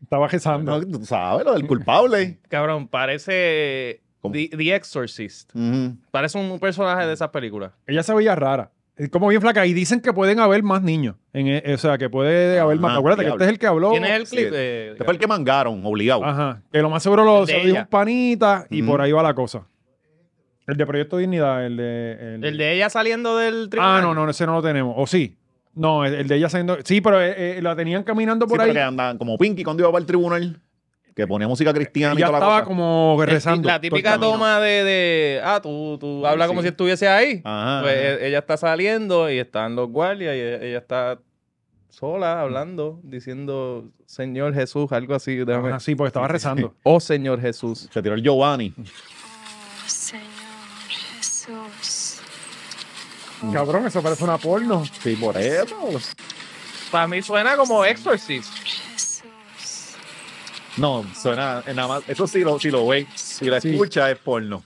Estaba rezando.
No, tú sabes lo del culpable.
cabrón, parece
¿Cómo? Mm.
The, The Exorcist.
Ujú.
Parece un personaje de esas películas.
Ella se veía rara. eh, Como bien flaca. Y dicen que pueden haber más niños. En, e- o sea, que puede haber más.
Ajá,
Acuérdate que
diablo.
este es el que habló.
¿Tienes el clip?
Oh, sí.
Eh,
Este fue el que mangaron, obligado.
Ajá. Que lo más seguro lo,
El de
se lo dijo
ella.
un panita y
Ujú.
por ahí va la cosa. El de Proyecto Dignidad, el de. El,
el de ella saliendo del tribunal.
Ah, no, no, ese no lo tenemos. O sí. No, el, el de ella saliendo. Sí, pero eh, eh, la tenían caminando
Sí,
por
pero
ahí.
que andaban como Pinky cuando iba para el tribunal, que ponía música cristiana y
Ya
toda la
estaba
cosa.
como
El-
rezando.
La
todo
típica
el camino.
toma de, de, ah, tú, tú hablas como
sí. Ah.
si estuviese ahí.
Ajá.
Pues,
eh.
e- ella está saliendo y están los guardias y e- ella, está
Mm.
sola hablando, diciendo Señor Jesús, algo así. déjame-
Ajá, sí, porque estaba rezando.
Oh Señor Jesús.
Se tiró el Giovanni.
Oh, Señor Jesús.
Cabrón, eso parece una porno.
Sí, por eso.
Para mí suena como Exorcist.
Jesús.
No, suena eh, nada más. Eso sí lo, sí lo ve. Si la
Sí.
escucha es porno.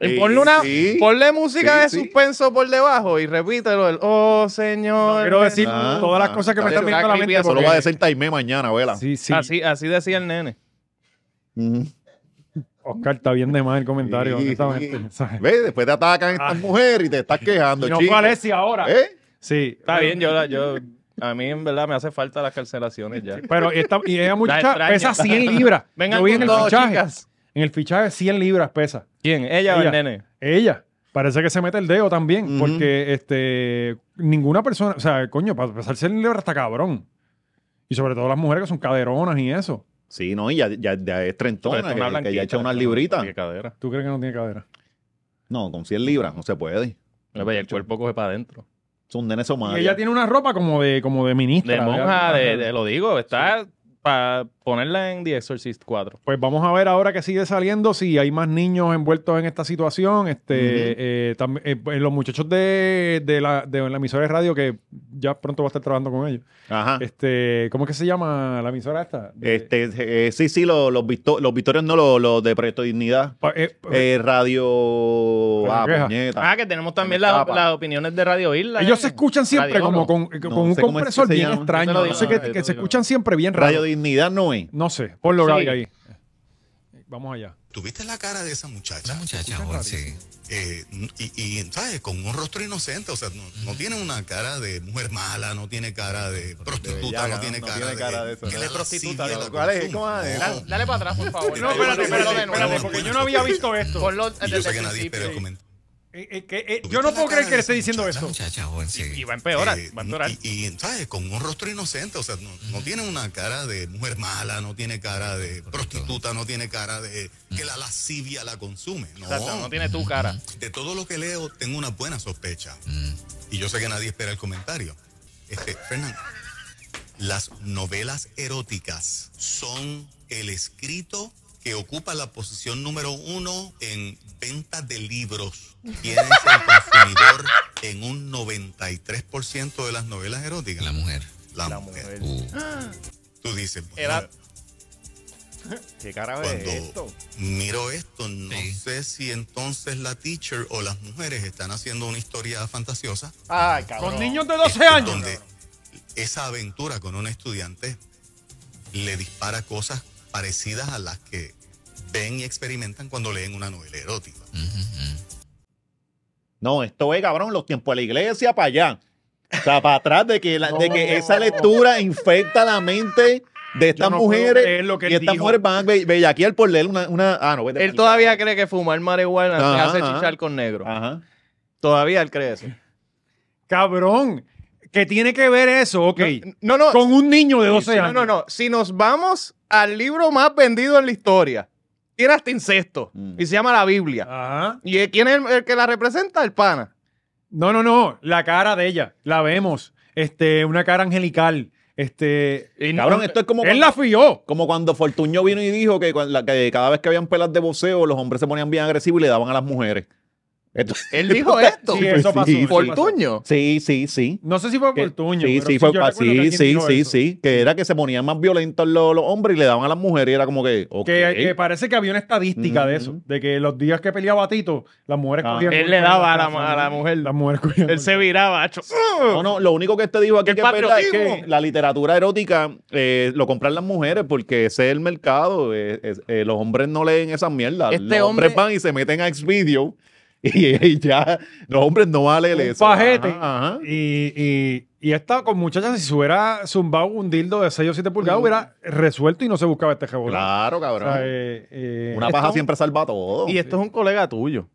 Y
Sí,
ponle, una,
sí.
ponle música
Sí,
de
sí.
suspenso por debajo y repítelo. El, oh Señor.
Quiero decir
Ah,
todas las cosas que me
está
están
bien.
viendo a la
Creepy,
mente.
eso
Solo
porque-
va a decir Taimé mañana, vela.
Sí, sí.
Así, así decía el nene.
Ujú.
Oscar, está bien de más el comentario,
Sí,
honestamente.
sí.
¿sabes?
Ve, después te atacan estas
Ah.
mujeres y te estás quejando.
Y no
chico.
fue Alessia ahora.
¿Eh?
Sí.
Está bien, yo, la- yo a mí en verdad me hace falta las cancelaciones ya.
Pero esta, y ella muchacha
extraña.
pesa 100 libras.
*laughs* Vengan
Yo vi
con
en el
todo,
fichaje.
chicas.
En el fichaje 100 libras pesa.
¿Quién? ¿Ella, o el
Ella.
nene?
Ella. Parece que se mete el dedo también.
Ujú.
Porque este ninguna persona. O sea, coño, para pesar 100 libras está cabrón. Y sobre todo las mujeres que son caderonas y eso.
Sí, no, y ya, ya, ya es trentona,
Pero es
que,
una
que ya
blanquita,
echa unas
¿no?
libritas.
Qué cadera.
¿Tú crees que no tiene cadera?
No, con 100 libras no se puede.
Oye, pero el cuerpo coge para adentro.
Son nenes
Y
somalios.
ella tiene una ropa como de, como de ministra.
De monja,
¿verdad?
de, de- lo digo, está para ponerla en The Exorcist 4.
Pues vamos a ver ahora que sigue saliendo si hay más niños envueltos en esta situación. Este,
Ujú.
eh, tam- eh, pues, los muchachos de, de la, de la emisora de radio que ya pronto va a estar trabajando con ellos.
Ah.
Ajá.
Este, ¿Cómo es que se llama la emisora esta? De-
Este, eh, sí, sí, los, los, victo- los victorios no, los, los de Preto Dignidad.
pa- eh, pa-
Eh, radio. Ah,
queja.
puñeta.
Ah, que tenemos también
Se me
las,
escapa.
las opiniones de Radio Isla.
ellos
eh.
se escuchan siempre
Radio
como
Oro.
con, eh,
No
con un
sé cómo es que
compresor
se
bien
llama.
extraño.
Yo te lo
No sé
digo,
que,
yo te
que
lo
se
digo.
escuchan siempre bien
Radio
raro.
Dignidad no es.
No sé, ponlo
Sí.
Gaby, ahí. Vamos allá.
¿Tuviste la cara de esa muchacha?
La muchacha,
Escucha,
joven,
Clarice. Eh, n- y, y, ¿sabes? Con un rostro inocente, o sea, no, no tiene una cara de mujer mala, no tiene cara de prostituta,
bellaca,
no tiene
no
cara,
tiene
de,
cara de eso,
que
¿no?
la
De
lascivia
prostituta,
la
¿no? ¿Cuál es?
consuma.
¿Cómo es?
No.
Dale-
Dale para atrás, por favor.
No, espérate, espérate, espérate, porque yo no había visto esto.
Ponlo
Y yo sé
desde
que
el
nadie espera el
principio.
comentario.
Eh, eh, que, eh, yo no puedo creer que le esté diciendo
La
esto.
muchacha, joven, sí.
Y va a empeorar,
Eh,
va a empeorar.
Y, y, ¿sabes? Con un rostro inocente, o sea, no, no tiene una cara de mujer mala, no tiene cara de prostituta, no tiene cara de que la lascivia la consume. No,
Exacto, no tiene tu cara.
De todo lo que leo, tengo una buena sospecha. Y yo sé que nadie espera el comentario. Este, Fernando, las novelas eróticas son el escrito que ocupa la posición número uno en venta de libros. ¿Quién es el consumidor en un 93% de las novelas eróticas? La mujer. Uh. La, mujer. Tú dices,
Era-
*laughs* ¿Qué cara
es
es
esto? miro esto, no sé si entonces la teacher o las mujeres están haciendo una historia fantasiosa este,
Ay,
Con niños de 12 años.
donde esa aventura con un estudiante le dispara cosas parecidas a las que ven y experimentan cuando leen una novela erótica.
No, esto es, cabrón, los tiempos de la iglesia para allá. O sea, para atrás de que, la- de que esa lectura infecta la mente de estas
no puedo
mujeres.
creer lo que él
y estas
dijo.
mujeres van a be- bellaquear por leer una, una- Ah, no, vete.
Él todavía cree que fumar marihuana te
Ajá,
hace
ajá.
chichar con negro.
Ajá.
Todavía él cree eso.
Cabrón. ¿Qué tiene que ver eso? Ok.
No, no,
Con un niño de 12
no,
años.
no, no. Si nos vamos al libro más vendido en la historia, tiene hasta incesto
Mm.
y se llama la
Ah.
Biblia.
Ajá.
¿Y eh, quién es el, el que la representa? El pana.
No, no, no. La cara de ella. La vemos. Este, una cara angelical. Este.
Cabrón, esto es como
Él
cuando,
la fió.
como cuando Fortuño vino y dijo que, cuando- la- que cada vez que habían pelas de voceo, los hombres se ponían bien agresivos y le daban a las mujeres. Esto- *laughs*
Él dijo esto.
Sí, eso pasó.
Sí,
eso pasó.
Fortuño.
Sí, sí, sí.
No sé si fue
Que-
por tuño.
sí,
pero
sí, fue,
yo
ah,
recuerdo que
sí,
alguien
sí,
dijo
sí,
eso.
sí. Que era que se ponían más violentos los, los hombres y le daban a las mujeres y era como que. ok.
Que, eh, que parece que había una estadística de eso,
Ujú.
de que los días que peleaba Tito, las mujeres
Ah.
cogían
Él
golpes
le
en
daba a la
casa,
ma- a la mujer.
Las mujeres cogían
Él
golpes.
se viraba, hecho.
*laughs*
No, no, lo único que te digo aquí
¡El
que es verdad es que
patriotismo!
la literatura erótica eh, lo compran las mujeres porque ese es el mercado. eh, es- eh, los hombres no leen esas mierdas.
Este
los hombres
hombre-
van y se meten a Xvideo y, *laughs* y ya los hombres no van a leer
Un
eso.
pajete.
Ajá, ajá.
Y, y, y esta con muchachas, si se hubiera zumbado un dildo de 6 o 7 pulgadas, hubiera resuelto y no se buscaba este jabón.
Claro, cabrón.
eh,
Una paja
esto-
siempre salva todo.
Y esto es un colega tuyo.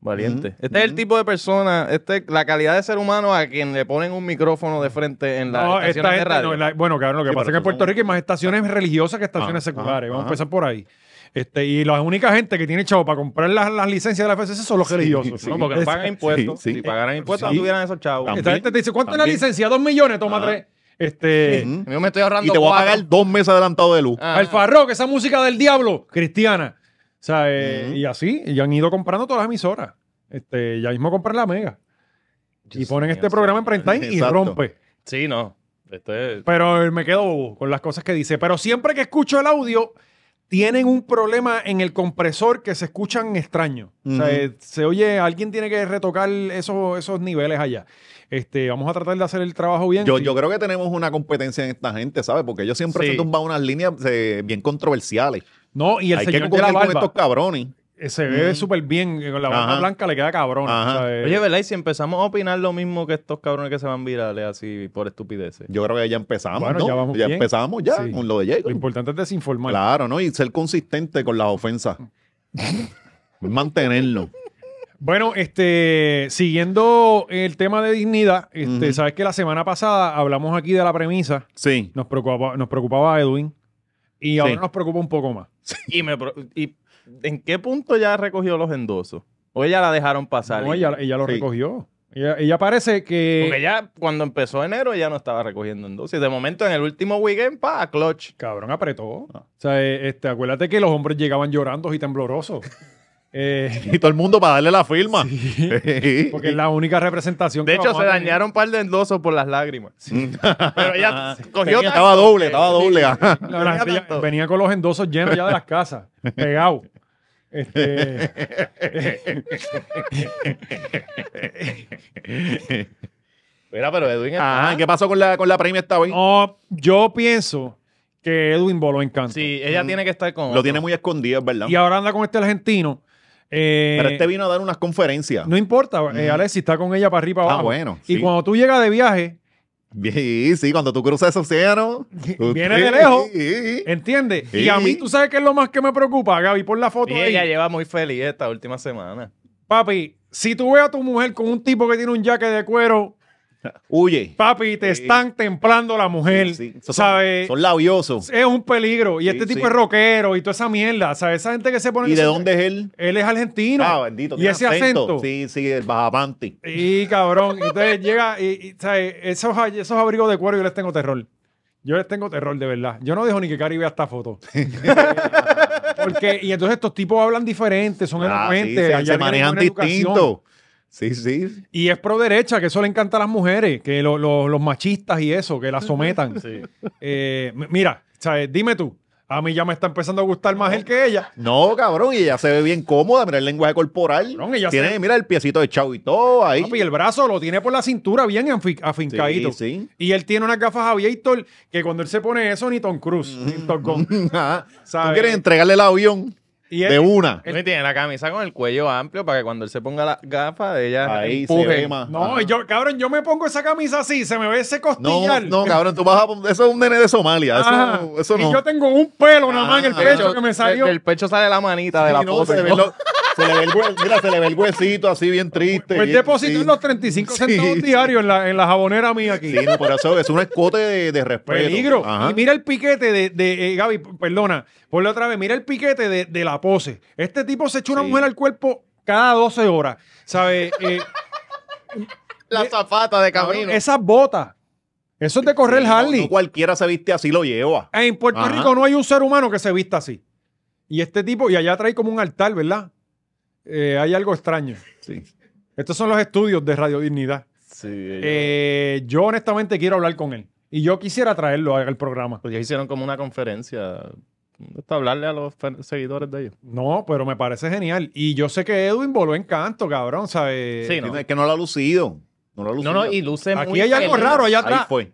Valiente.
Ujú,
Este es el
ujú.
tipo de persona, este, la calidad de ser humano a quien le ponen un micrófono de frente en la
No, esta
estaciones de
gente,
radio.
no, la- bueno, claro, lo que
Sí,
pasa es
pero
que en
tú
Puerto
son-
Rico hay más estaciones religiosas que estaciones
Ajá,
seculares. Vamos a
ajá.
empezar por ahí. Este, y la única gente que tiene chavo para comprar las, las licencias de la FCC son los religiosos.
sí.
No, porque no
Es-
pagan impuestos.
sí.
Si pagaran impuestos,
Sí.
no tuvieran esos chavos.
También.
Esta gente te dice, ¿cuánto es la
También.
licencia? Dos millones, toma
Ajá.
tres. Este,
Ujú.
Yo me estoy ahorrando.
Y te voy a
cuatro.
pagar dos meses adelantado de luz.
Ah.
Alfarro, que esa música del diablo, cristiana. O sea, eh,
Ujú.
y así, y han ido comprando todas las emisoras. Este, ya mismo compran la Mega. y
Dios
ponen
mío,
este programa en
señor.
prime time y
Exacto.
rompe.
Sí, no. Esto
Este
es-
Pero eh, me quedo bobo con las cosas que dice. Pero siempre que escucho el audio, tienen un problema en el compresor que se escuchan extraños. O
Ujú.
sea, eh, se oye, alguien tiene que retocar esos, esos niveles allá. Este, vamos a tratar de hacer el trabajo bien.
Yo,
Sí.
yo creo que tenemos una competencia en esta gente, ¿sabes? Porque ellos siempre
Sí.
se tumban unas líneas eh, bien controversiales.
no, y el
Hay que
señor de la
concurrir con estos
barba
cabrones.
eh, se ve súper bien. eh, Con la barba
Ajá.
blanca le queda cabrón.
Ajá.
O sea, eh,
Oye, ¿verdad? Y si empezamos a opinar lo mismo que estos cabrones que se van virales así por estupideces.
Yo creo que ya empezamos,
Bueno,
¿no?
ya vamos bien.
empezamos ya
Sí.
con lo de Jacob.
Lo importante es desinformar.
Claro, ¿no? Y ser consistente con
*laughs*
las ofensas. Mantenerlo.
Bueno, este, siguiendo el tema de dignidad, este,
Ujú.
sabes que la semana pasada hablamos aquí de la premisa,
Sí.
nos preocupaba, nos preocupaba a Edwin y ahora nos preocupa un poco más.
Y me pro- y ¿En qué punto ya recogió los endosos? ¿O ella la dejaron pasar?
No, ella, ella lo
Sí.
recogió. Ella, ella parece
Porque
que...
ya cuando empezó enero ella no estaba recogiendo endosos. Y de momento en el último weekend, pa, clutch.
Cabrón, apretó.
Ah.
O sea, eh, este, acuérdate que los hombres llegaban llorando y
*laughs*
temblorosos. Eh,
Y todo el mundo para darle la firma.
porque es la única representación
De
que
hecho,
vamos
se
a tener.
dañaron un par de endosos por las lágrimas. Pero ella cogió
Tenía-
tanto
Ah. estaba doble,
que-
estaba doble. ajá.
La verdad,
Venía
ella
tanto.
venía con los endosos llenos ya de las casas,
*laughs*
pegado. Este,
Mira, pero Edwin está...
Ajá, ¿Qué pasó con la, con la premia esta vez?
no, yo pienso que Edwin voló en canto.
Sí, ella tiene que estar con
Lo tiene muy escondido, es verdad.
Y ahora anda con este argentino. Eh,
Pero este vino a dar unas conferencias.
No importa, eh, Alex, si está con ella para arriba y para
Ah,
abajo.
bueno,
Y
sí.
cuando tú llegas de viaje,
Sí, sí, cuando tú cruzas ese océano. tú-
Viene de lejos.
Sí.
¿entiendes? Y a
Sí.
mí, ¿tú sabes qué es lo más que me preocupa, Gaby? Por la foto
Y
ahí.
ella lleva muy feliz esta última semana.
Papi, si tú ves a tu mujer con un tipo que tiene un jaque de cuero,
Huye.
papi, te
Sí.
están templando la mujer.
Sí, sí. Son-
¿Sabes?
Son labiosos.
Es un peligro. Y
Sí,
este tipo
sí.
es rockero y toda esa mierda. ¿Sabes? Esa gente que se pone.
¿Y de
ese-
dónde es él?
Él es argentino.
Ah, bendito.
Y
tiene
ese acento.
Sí, sí, el bajapante.
Y cabrón, entonces llega y, y, ¿sabes? Esos, esos abrigos de cuero yo les tengo
*laughs*
terror. Yo les tengo terror, de verdad. Yo no dejo ni que Cari vea esta foto. *laughs* Porque, y entonces estos tipos hablan diferente, son
Ah, sí,
elocuentes,
se-
allá
se
vienen
manejan
con educación.
distinto. Sí, sí.
Y es pro derecha, que eso le encanta a las mujeres, que lo- lo- los machistas y eso, que las sometan. Eh, m- mira, ¿sabes? dime tú, a mí ya me está empezando a gustar más él que ella.
No, cabrón, y ella se ve bien cómoda, mira el lenguaje corporal.
Cabrón, ella
Tiene,
se-
mira el piecito de chavo y todo ahí.
Papi, el brazo lo tiene por la cintura bien anfi- afincadito.
Sí, sí.
Y él tiene unas gafas aviator que cuando él se pone eso, ni Tom Cruise, ni
Mm.
Top Gun.
*laughs* Ajá. Tú
¿Sabes?
quieres entregarle el avión
Y él-
de una.
No, y tiene la camisa con el cuello amplio para que cuando él se ponga la gafa, ella
Ahí se
empuje.
ve más.
No, yo, cabrón, yo me pongo esa camisa así, se me ve ese
No,
costillar.
no, cabrón, tú vas a pon- Eso es un nene de Somalia. Eso,
Ajá.
eso
Y
no.
yo tengo un pelo nada más en el
Ah, de
pecho que me salió.
Del, del pecho sale la manita de
Sí,
la
no,
foto.
se, ve lo- se le ve el hue- mira, se le ve el huesito así bien triste.
Pues
bien-
deposito
sí.
los 35 centavos
Sí.
diarios en la, en la jabonera mía aquí.
Sí, no, por eso es un escote de, de respeto.
Peligro.
Ajá.
Y mira el piquete de, de- eh, Gaby, p- perdona, ponle otra vez, mira el piquete de, de la pose. Este tipo se echa una mujer al cuerpo cada 12 horas, ¿sabes? Eh,
la zapata de
cabrón, esas botas, eso es de correr
No,
Harley.
no cualquiera se viste así, lo lleva.
En Puerto
Ajá.
Rico no hay un ser humano que se vista así. Y este tipo, y allá trae como un altar, ¿verdad? Eh, hay algo extraño.
Sí.
Estos son los estudios de Radio Dignidad.
Sí,
Eh, yo honestamente quiero hablar con él. Y yo quisiera traerlo al al programa.
Pues ya hicieron como una conferencia para hablarle a los fan- seguidores de ellos.
No, pero me parece genial. Y yo sé que Edwin voló en canto, cabrón, ¿sabes?
Sí, no.
Es que no lo ha lucido. No lo ha lucido.
No, no, y luce
Aquí
muy
hay algo
feliz.
raro allá
Ahí
atrás.
fue.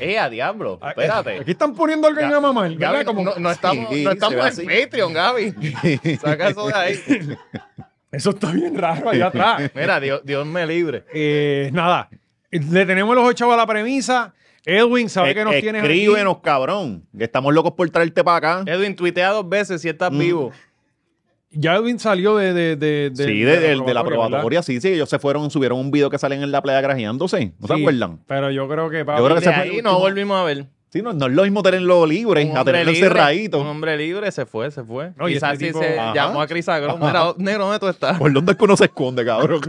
Eh, a diablo.
Ah,
Espérate.
Aquí están poniendo algo en la mamá. ¿verdad?
Gaby,
Como-
no, no estamos, no
Sí, se ve
estamos
así.
en Patreon, Gaby.
*laughs*
Saca eso de ahí.
Eso está bien raro allá atrás.
Mira, Dios, Dios me libre.
Eh, nada. Le tenemos los ocho a la premisa. Edwin, sabe
E-
que nos tienes aquí.
Escríbenos, cabrón. Que estamos locos por traerte para acá.
Edwin, tuitea dos veces si
Mm.
estás vivo.
Ya Edwin salió de, de, de, de-
sí, de, de- de la
¿verdad?
probatoria, sí, sí. Ellos se fueron, subieron un video que salen en la playa grajeándose. ¿No se
Sí,
acuerdan?
Pero yo creo que... papi,
Yo creo que
De
se fue el
ahí no
último.
volvimos a ver.
Sí, no, no es lo mismo tenerlo libre, a tenerlo
Un
encerradito.
hombre libre se fue, se fue.
No, y
Quizás
este
si
tipo-
se
Ajá.
llamó a Chris Agro. Mira, oh, negro, ¿dónde tú estás?
¿Por dónde es que uno se esconde,
*laughs*
cabrón?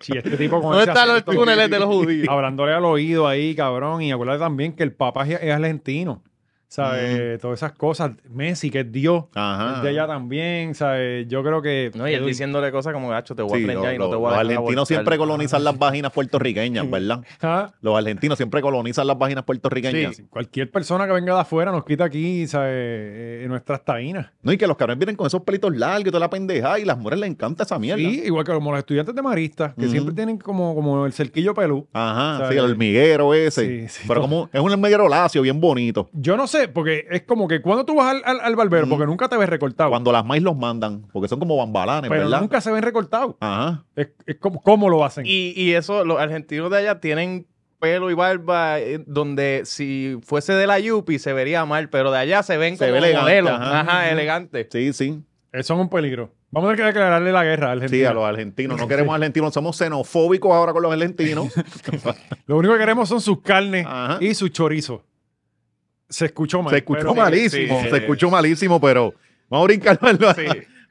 sí, este tipo con
¿Dónde
ese
están los
acento-
túneles de los judíos?
Hablándole al oído ahí, cabrón. Y acuérdate también que el papá es, es argentino. ¿Sabes?
Mm.
Todas esas cosas. Messi, que es Dios.
Ajá.
es De allá también, ¿sabes? Yo creo que...
*laughs* No, y él
Edwin-
diciéndole cosas como, gacho, te voy a
Sí,
preñar
lo-
y no
lo-
te voy
los
a dejar
argentinos
abortar".
siempre colonizan las vaginas puertorriqueñas, ¿verdad?
Ah,
Los argentinos siempre colonizan las vaginas puertorriqueñas.
sí, cualquier persona que venga de afuera nos quita aquí, ¿sabes? Eh, nuestras taínas.
No, y que los cabrones vienen con esos pelitos largos y toda la pendejada y las mujeres les encanta esa mierda.
Sí, igual que como los estudiantes de maristas, que
Ujú.
siempre tienen como, como el cerquillo pelú.
Ajá,
¿Sabes?
sí, el hormiguero ese.
Sí, sí,
Pero
todo.
como es un hormiguero lacio, bien bonito.
Yo no sé, porque es como que cuando tú vas al, al- al barbero, porque nunca te ves recortado.
Cuando las maíz los mandan, porque son como bambalanes,
pero
¿verdad?
nunca se ven recortados.
Ajá.
Es, es como cómo lo hacen.
Y, y eso, los argentinos de allá tienen pelo y barba eh, donde si fuese de la Yupi se vería mal, pero de allá se ven
Se
como
ve elegante,
modelo.
ajá.
Ajá, elegante.
Sí, sí.
Eh, Son un peligro. Vamos a tener que declararle la guerra a
Sí,
Argentina.
a los
*laughs*
argentinos. No queremos argentinos. Somos xenofóbicos ahora con los argentinos.
Lo único que queremos son sus carnes
Ajá.
y su chorizo. Se escuchó mal.
se escuchó
pero-
malísimo.
sí, sí.
se *laughs* escuchó malísimo, pero vamos a brincar *laughs*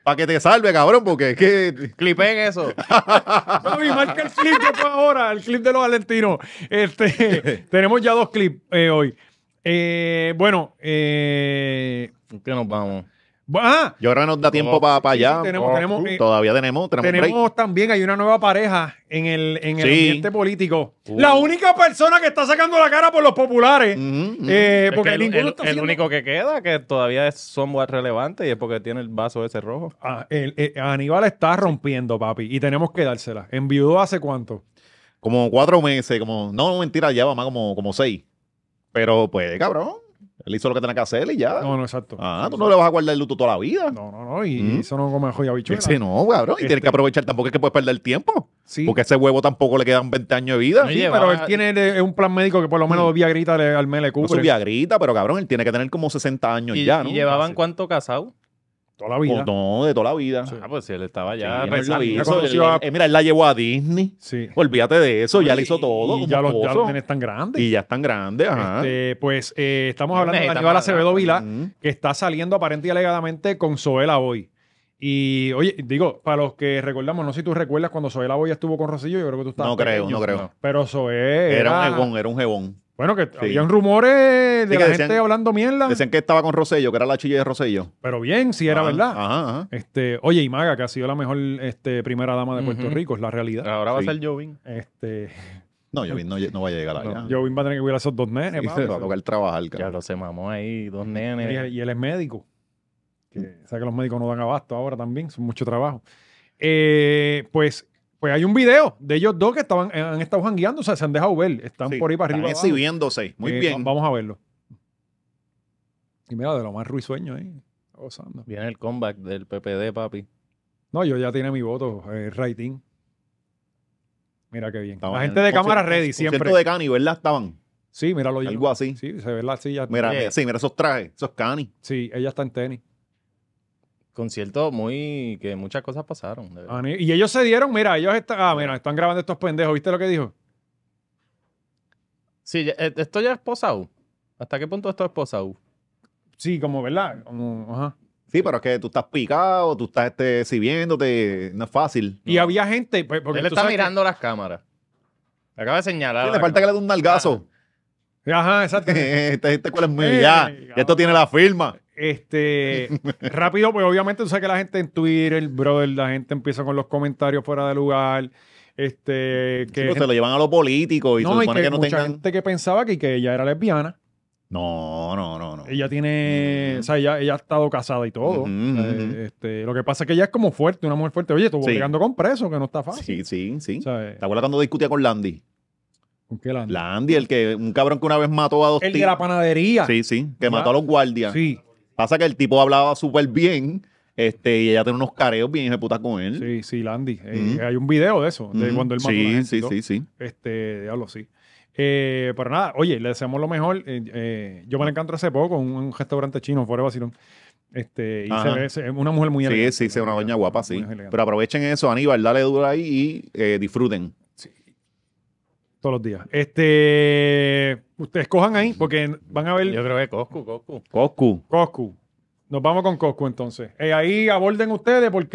para que te salve, cabrón, porque es que.
Clipen *laughs* eso.
Papi, marca el clip que fue ahora, el clip de los alentinos. Este,
*laughs*
tenemos ya dos clips eh, hoy. Eh, bueno, eh,
¿Qué nos vamos?
bu- ah,
Yo ahora nos da tiempo para
sí,
allá.
sí, tenemos-
Oh,
tenemos, eh,
todavía tenemos, tenemos, break.
tenemos también, hay una nueva pareja en el, en el
Sí. Uh.
ambiente político. La única persona que está sacando la cara por los populares.
Ujú, ujú.
eh, porque
Porque el,
ninguno
el-
está
el
haciendo-
único que queda que todavía es somewhat relevante y es porque tiene el vaso ese rojo.
Ah, el- eh, Aníbal está rompiendo, papi, y tenemos que dársela. ¿Enviudó hace cuánto?
Como cuatro meses, como. No, mentira, ya va más como, como seis. Pero pues, cabrón. Él hizo lo que tenía que hacer y ya.
No, no, exacto.
ah, tú no le vas a guardar el luto toda la vida.
No, no, no, y
¿Mm?
eso no come joya bichuela.
Ese no, cabrón. Y tienes que aprovechar. Tampoco es que puedes perder tiempo.
Sí.
Porque a ese huevo tampoco le quedan 20 años de vida.
Sí,
Oye,
pero
va-
él tiene eh, un plan médico que por lo menos dos viagritas le- al mes le
Mm. No su
cubre.
viagrita, pero cabrón, él tiene que tener como 60 años
¿Y,
ya, ¿no?
y llevaban
Casi.
cuánto casado?
Toda la vida.
Pues no, de toda la vida.
Ah, pues si él estaba
Sí,
ya
él
rezando.
lo hizo.
Ya conoció
Él-
a-
eh, mira, él la llevó a Disney.
Sí.
Olvídate de eso, ya le hizo todo.
Y
como
ya los, ya
esposo.
los nenes están grandes.
y ya están grandes, ajá.
Este, pues eh, estamos hablando de
Necesitamos
Aníbal Acevedo Vila,
Ujú.
que está saliendo aparente y alegadamente con Zoela hoy. Y oye, digo, para los que recordamos, no sé si tú recuerdas cuando Zoela hoy estuvo con Rosillo, yo creo que tú estabas.
No creo,
pequeño.
no creo.
Pero Zoé
Era un
era,
jebón, era un jebón.
Bueno, que habían rumores de
Sí, que
la
decían-
gente hablando mierda.
Decían que estaba con Rosello, que era la chilla de Rosello.
Pero bien, si era
Ah,
verdad.
Ajá, ajá.
Este, oye, y Maga, que ha sido la mejor este, primera dama de Puerto
Ujú.
Rico, es la realidad.
Ahora va
Sí.
a ser Jovin.
Este,
No, yo vi- no, no va a llegar allá.
yo va a tener que cuidar a esos dos nenes,
Sí,
papi.
va a tocar trabajar,
Ya
cabrón.
lo se mamó ahí, dos
Y,
nenes.
él- y él es médico. Que,
Mm.
o sea que los médicos no dan abasto ahora también, son mucho trabajo. Eh, pues, pues hay un video de ellos dos que estaban, eh, han estado jangueando, o sea, se han dejado ver, están
Sí,
por ahí para arriba.
Están
abajo.
exhibiéndose. Muy
Eh,
bien.
va- Vamos a verlo. Y mira, de lo más ruisueño ahí, está gozando.
Viene el comeback del PPD, papi.
No, yo ya tiene mi voto, eh, rating. Mira qué bien.
Estaban
La
en
gente
el
de cámara
concierto-
ready
concierto
siempre.
de Cani, ¿verdad? Estaban.
Sí, míralo yo.
Algo así.
Sí, se ve la silla.
Mira,
Oye.
sí, mira esos trajes, esos Cani.
Sí, ella está en tenis.
Concierto muy. que muchas cosas pasaron. de verdad.
Ah, ni- Y ellos se dieron, mira, ellos están, ah, mira, están grabando estos pendejos, ¿viste lo que dijo?
Sí, ya- eh, esto ya es posado. ¿Hasta qué punto esto es posado?
Sí, como, ¿verdad? Como, ajá.
Sí, pero es que tú estás picado, tú estás este, exhibiéndote, no es fácil.
Y había gente, pues, porque
Él
tú
está
sabes que-
mirando las cámaras. Le acaba de señalar.
Sí,
a
le
la
falta que le dé un nalgazo.
Ajá, exacto.
*laughs* este, este cuál es mío,
Eh,
ya.
cabrón.
Esto tiene la firma.
Este, rápido, pues obviamente tú sabes que la gente en Twitter, brother, la gente empieza con los comentarios fuera de lugar. Este,
Sí,
que.
pues, se lo llevan a los políticos y
no,
se
y
supone
que,
que, no
mucha
tengan.
gente que pensaba que, que ella era lesbiana.
No, no, no, no.
Ella tiene. O sea, ella, ella ha estado casada y todo.
Ujú,
Eh,
ujú.
este, lo que pasa es que ella es como fuerte, una mujer fuerte. Oye, estuvo
Sí.
llegando con preso, que no está fácil.
Sí, sí, sí.
O sea, eh,
¿Te acuerdas cuando discutía con Landy?
¿con qué la-
Landy, el que, un cabrón que una vez mató a dos
El
ti-
de la panadería.
Sí, sí, que
Ya.
mató a los guardias.
sí,
Pasa que el tipo hablaba súper bien este, y ella tenía unos careos bien ejecutas con él.
sí, sí, Landy. Eh,
Ujú.
Hay un video de eso, de
Ujú.
cuando él mató a la
Mm. sí,
gente y
sí,
todo.
sí, sí.
Este, diablo, sí. Eh, pero nada, oye, le deseamos lo mejor. Eh, eh, yo me la encontré hace poco en un restaurante chino, fuera de vacilón. Este, y se
Ajá.
ve, se- es una mujer muy
Sí,
elegante.
sí, sí, una doña
muy
guapa, sí.
elegante.
Pero aprovechen eso, Aníbal, dale duro ahí y eh, disfruten.
Todos los días. Este, ustedes cojan ahí, porque van a ver
Yo creo que Coscu, Coscu.
Coscu.
Coscu. Nos vamos con Coscu entonces. Eh, ahí aborden ustedes porque...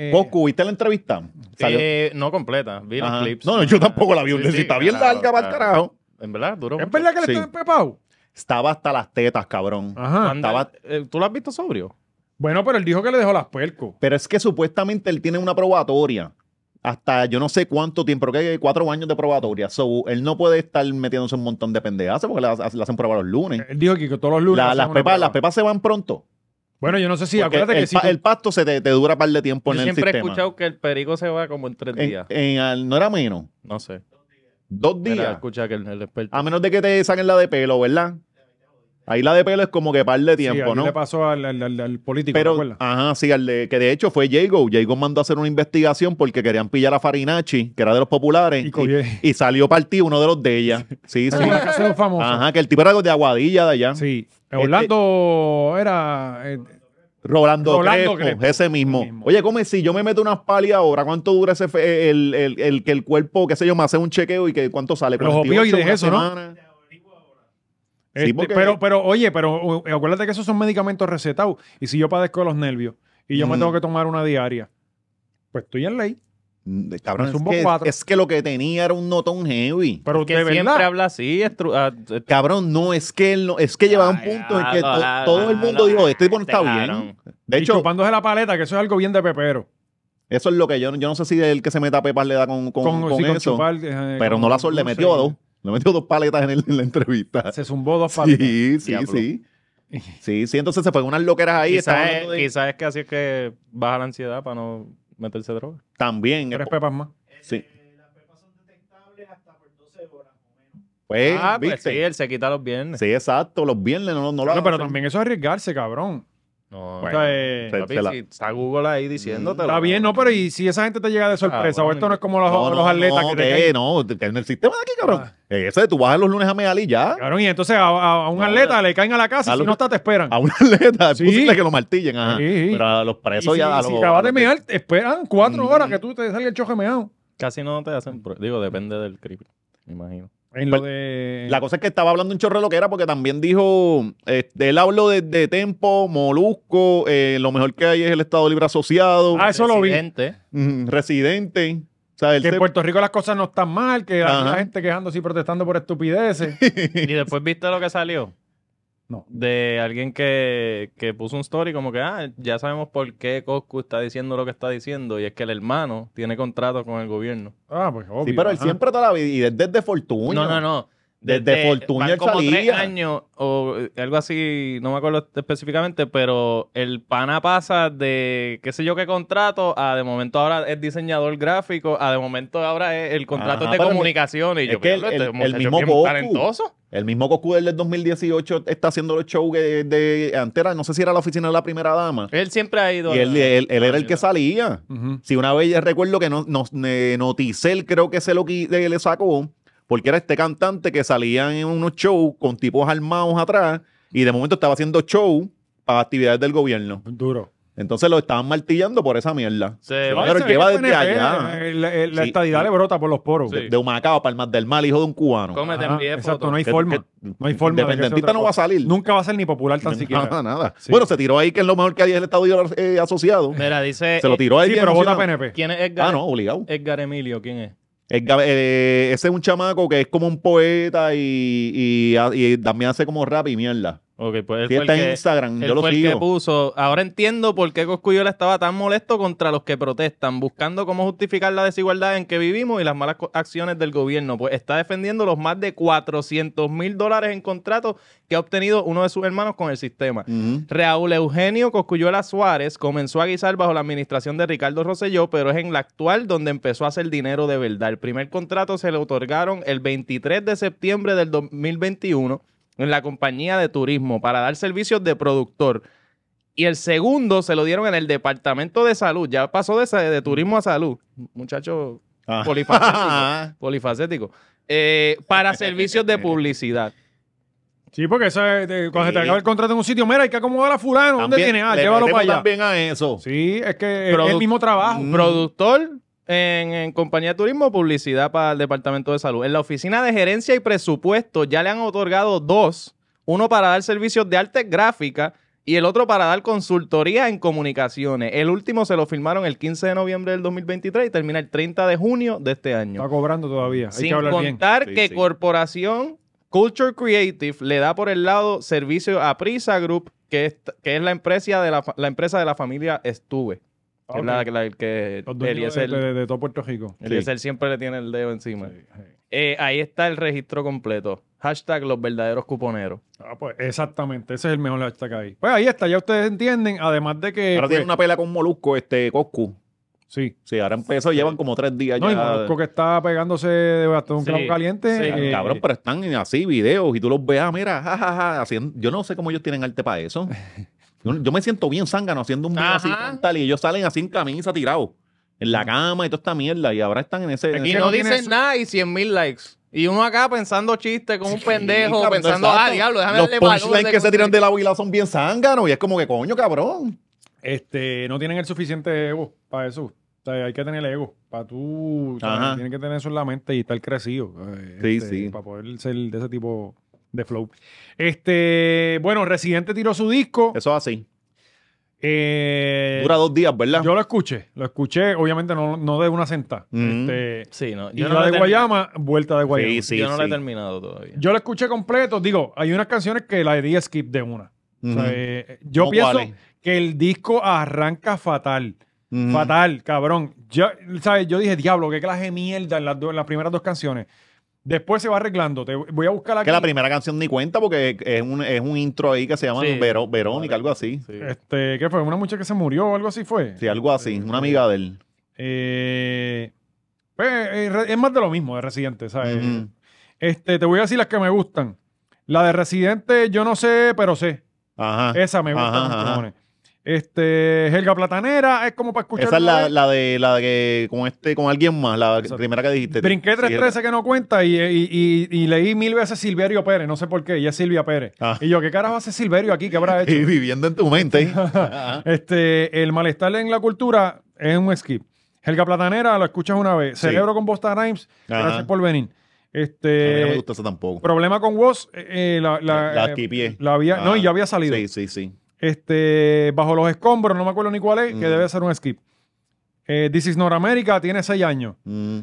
eh,
Coscu, ¿viste la entrevista? Salió-
Eh, no completa. Vi los
Ajá.
clips.
No, no, yo tampoco la vi.
Sí, sí,
está bien
claro,
larga, para el
claro.
carajo.
En verdad, duró.
¿Es
mucho.
verdad que le
Sí.
están pepado?
Estaba hasta las tetas, cabrón.
Ajá.
Anda,
Estaba-
eh, ¿Tú lo has visto sobrio?
Bueno, pero él dijo que le dejó las puercos.
Pero es que supuestamente él tiene una probatoria. Hasta yo no sé cuánto tiempo, creo que hay cuatro años de probatoria. So, él no puede estar metiéndose un montón de pendejas porque le, hace- le hacen prueba los lunes.
Él dijo que todos los lunes...
La-
hacen
las,
una
pepas,
prueba.
las pepas se van pronto.
Bueno, yo no sé si...
Porque
Acuérdate
el,
que si
pa-
tú-
el pasto se te, te dura un par de tiempo
Yo
en el
siempre he
sistema.
escuchado que el perico se va como en tres
En-
días.
en al- no era menos.
No sé.
Dos
Era,
días. Ah,
escucha que el, el experto.
A menos de que te saquen la de pelo, ¿verdad? Ahí la de pelo es como que par de
Sí,
tiempo,
aquí
¿no?
le pasó al, al- al- al político, ¿te
Pero, ah,
acuerdas?
ajá, sí, al de- que de hecho fue Jago. Jago mandó a hacer una investigación porque querían pillar a Farinacci, que era de los populares,
Y
y,
cogió-
y salió partido uno de los de ella. Sí, sí.
En la casa de los famosos.
Ajá, Este que el tipo era de Aguadilla de allá.
Sí. Orlando era... eh,
Rolando,
Rolando
Crespo,
Crespo,
ese mismo.
ese mismo.
Oye, come, si yo me meto unas pali ahora, ¿cuánto dura ese fe- el, el- el que el cuerpo, qué sé yo, me hace un chequeo y que cuánto sale?
Los
48,
opioides,
una
eso, ¿no?
semana. Sí,
Este,
porque-
pero, pero, oye, pero eh, acuérdate que esos son medicamentos recetados. Y si yo padezco de los nervios y yo me
Ujú.
tengo que tomar una diaria, pues estoy en ley.
Mm, Cabrón,
Me
es
zumbo
que,
cuatro.
es que lo que tenía era un notón heavy.
Pero
que
de
siempre
verdad.
habla así. estru- ah, eh,
Cabrón, no, es que él no- es que llevaba un punto en que to- todo el mundo dijo, este tipo no está bien. De
y
hecho,
chupándose la paleta, que eso es algo bien de pepero.
eso es lo que yo, yo no sé si el que se meta a Pepar le da con, con,
Con,
con
sí, con
eso.
chupar, eh,
pero
con
no la sol, le
dulce
metió
y-
dos. Le metió dos paletas en, el- en la entrevista. *laughs*
Se zumbó dos paletas.
Sí, sí,
Diablo.
sí. Sí, sí, entonces se fue con unas loqueras ahí. estaba
Quizás es,
hablando de-
quizás es que así es que baja la ansiedad para no meterse droga.
También. eh,
Tres pepas más.
Sí. Pues,
ah, pues
¿viste?
sí, él se quita los viernes.
sí, exacto. Los viernes no, no lo
Claro, pero
hacen.
también eso es arriesgarse, cabrón.
No,
O sea, eh,
se-
papi,
se la-
si está Google ahí diciéndote.
está bien, no, pero y si esa gente te llega de sorpresa, o
bueno,
esto no es como los,
Ah, No,
los
no,
atletas
no,
que te
¿qué?
caen.
No, te- en el sistema de aquí, cabrón. Eh,
Ah.
Ese, tú vas a los lunes a Meali ya.
Cabrón, y entonces a, a- a un atleta le caen a la casa
A
y si
los-
no está, te esperan.
A un atleta, es
Sí.
posible que lo martillen, ajá.
Sí, sí.
Pero a los
Y
presos
si,
ya. a
y si
los-
acabas de
a los-
mear, te esperan cuatro
Mm.
horas que tú te salga el choque meado.
Casi no te hacen. prueba. Digo, depende del creepy, me imagino.
En lo de...
Pues, La cosa es que estaba hablando un chorro lo que era porque también dijo, eh, él habló de, de Tempo, Molusco, eh, lo mejor que hay es el Estado Libre Asociado,
Ah, eso lo vi.
Residente,
mm, Residente. sea, él
Ah. que en
se-
Puerto Rico las cosas no están mal, que hay
Ajá.
la gente quejándose y protestando por
*laughs*
estupideces.
Y después viste lo que salió.
No.
De alguien que, que puso un story como que, ah, ya sabemos por qué Coscu está diciendo lo que está diciendo. Y es que el hermano tiene contrato con el gobierno.
Ah, pues obvio.
Sí, pero él
ajá.
siempre toda la vida, y desde, desde Fortunio.
No, no, no.
Desde Fortunio
van
él
como tres
salía.
años o eh, algo así, no me acuerdo específicamente, pero el pana pasa de qué sé yo qué contrato a de momento ahora es diseñador gráfico, a de momento ahora es- el
Ajá,
contrato es de
Ah, pero el-
comunicaciones. Y
es
yo,
que el-
"Diablo, este
el- el
muchacho es
mismo
bien
Goku.
talentoso.
El mismo Goku del 2018 está haciendo los shows de, de antes era- no sé si era la oficina de la primera dama.
Él siempre ha ido.
Y
a-
él, él- él era el que salía.
Ujú.
Si una vez ya recuerdo que no, nos- eh, Noticel creo que se lo qui- eh, le sacó, porque era este cantante que salía en unos shows con tipos armados atrás y de momento estaba haciendo show para actividades del gobierno.
Duro.
Entonces lo estaban martillando por esa mierda.
se va.
Claro,
Ese
que va desde
PNP,
allá.
eh, La, eh, la
Sí.
estadidad le brota por los poros.
De, de Humacao, Palmas del Mal, hijo de un cubano.
Cómete,
Ajá,
envié
exacto,
fotos.
no hay
Que-
forma.
que-
no hay forma de que sea otra
Independentista no va a
cosa.
salir.
Nunca va a ser ni popular
*laughs*
tan siquiera.
Nada, nada.
Sí.
Bueno, se tiró ahí, que es lo mejor que hay el Estado eh, asociado.
Mira, dice.
*laughs* Se lo
eh,
tiró ahí.
Sí,
bien
pero vota
emocionado.
PNP.
¿Quién es Edgar?
Ah, no, obligado.
Edgar Emilio, ¿quién es?
El Gab- eh, ese es un chamaco que es como un poeta y, y, y también hace como rap y mierda.
Ok, pues él
Sí,
fue
está
el
en
que-
Instagram,
Él
yo lo
fue el que
sigo.
puso. Ahora entiendo por qué Coscuyola estaba tan molesto contra los que protestan, buscando cómo justificar la desigualdad en que vivimos y las malas co- acciones del gobierno. Pues está defendiendo los más de 400 mil dólares en contratos que ha obtenido uno de sus hermanos con el sistema.
Ujú.
Raúl Eugenio Coscuyuela Suárez comenzó a guisar bajo la administración de Ricardo Rosselló, pero es en la actual donde empezó a hacer dinero de verdad. El primer contrato se le otorgaron el 23 de septiembre del 2021 en la compañía de turismo para dar servicios de productor. Y el segundo se lo dieron en el departamento de salud. Ya pasó de, sa- de turismo a salud. Muchacho
Ah. *laughs*
polifacético. polifacético. Eh, para servicios de publicidad.
Sí, porque eso es, de- cuando se te
Sí.
acaba el contrato en un sitio, mira, hay que acomodar a fulano. ¿Dónde
También
tiene? Ah,
le
llévalo
metemos
para allá.
también a eso.
Sí, es que
Produ-
es el mismo trabajo.
Mm.
productor en, en compañía de turismo, publicidad para el departamento de salud. En la oficina de gerencia y presupuesto ya le han otorgado dos, uno para dar servicios de arte gráfica y el otro para dar consultoría en comunicaciones. El último se lo firmaron el 15 de noviembre del 2023 y termina el 30 de junio de este año.
Está cobrando todavía. Hay
Sin
que hablar bien.
contar
Sí,
que
sí.
Corporación Culture Creative le da por el lado servicio a Prisa Group, que es, que es la, empresa de la, fa- la empresa de la familia Estuve.
Ah,
Que es
ok.
la, la- el que
Los dueños
Eliezer,
de, este, de- de todo Puerto Rico.
Eliezer siempre le tiene el dedo encima.
Sí, sí.
Eh, ahí está el registro completo. Hashtag los verdaderos cuponeros.
Ah, pues exactamente, ese es el mejor hashtag ahí. Pues ahí está, ya ustedes entienden, además de que...
Ahora
pues,
tiene una pelea con Molusco, este Coscu.
Sí.
Sí, ahora empezó, llevan como tres días
No, y
ya.
Molusco que está pegándose de bastón un
Sí,
clavo caliente.
sí,
eh,
Cabrón, pero están así videos y tú los veas, mira, jajaja, haciendo, yo no sé cómo ellos tienen arte para
*laughs*
eso. Yo, yo me siento bien zángano haciendo un video así
Ajá.
con tal y ellos salen así en camisa tirados, en la cama y toda esta mierda y ahora están en ese... en
Y
ese-
Mm. no
no
dicen
tiene su-
nada y 100 mil likes. Y uno acá pensando chistes como un pendejo,
cabrón,
pensando,
exacto.
ah, diablo, déjame
Los
darle valor
punchlines
de
que se tiran
contenido".
de la huila son bien zánganos y es como que coño, cabrón.
este, no tienen el suficiente ego para eso. O sea, hay que tener ego. Para tú... o sea,
Ajá.
Tienen que tener eso en la mente y estar crecido. eh,
Sí,
este,
sí.
Para poder ser de ese tipo de flow. Este, bueno, Residente tiró su disco.
Eso es así.
eh,
Dura dos días, ¿verdad?
yo lo escuché, lo escuché, obviamente no, no de una sentada.
Ujú.
Este,
*laughs* Sí, no.
y
Yo no
la
lo he
de Guayama, vuelta de Guayama.
Sí, sí,
yo no la he
sí.
terminado todavía.
Yo lo escuché completo. Digo, hay unas canciones que la di skip de una. O sea,
Ujú.
eh, yo
¿Cómo
pienso
cuáles?
que el disco arranca fatal.
Ujú.
Fatal, cabrón. Yo, ¿sabes? yo dije, diablo, qué clase de mierda en las, do- en las primeras dos canciones. Después se va arreglando. Te voy a buscar
Que
aquí.
la primera canción ni cuenta porque es un, es un intro ahí que se llama
Sí.
Vero- Verónica, algo así. Sí.
este, ¿Qué fue? ¿Una muchacha que se murió o algo así fue?
algo así. Una amiga de él.
Eh, pues, eh, re- es más de lo mismo de Residente, ¿sabes?
Ujú.
este, te voy a decir las que me gustan. La de Residente, yo no sé, pero sé.
Ajá.
Esa me gusta
Ah. Ajá,
con
ajá.
cojones. Este, Helga Platanera es como para escuchar.
Esa es
una
la,
vez.
la de la de que con este, con alguien más, la
Exacto.
primera que dijiste.
Brinqué
Sí,
313
el-
que no cuenta y, y- y- y leí mil veces Silverio Pérez, no sé por qué, y es Silvia Pérez.
Ah.
Y yo, ¿qué carajo hace Silverio aquí? ¿Qué habrá
Y *laughs*
hecho?
viviendo en tu
*laughs*
mente.
este, el malestar en la cultura es un skip. Helga Platanera, lo escuchas una vez.
Sí.
Cerebro con Boston Rhymes,
Ajá.
gracias por venir.
a mí no me
Este,
gusta esa tampoco.
problema con Woz, eh, eh, la, la,
La
eh,
skipié.
la había,
Ah.
no, y ya había salido.
Sí, sí, sí.
Este, bajo los escombros, no me acuerdo ni cuál es, que
Mm.
debe ser un skip. Eh, This is Noramérica tiene seis años.
Mm.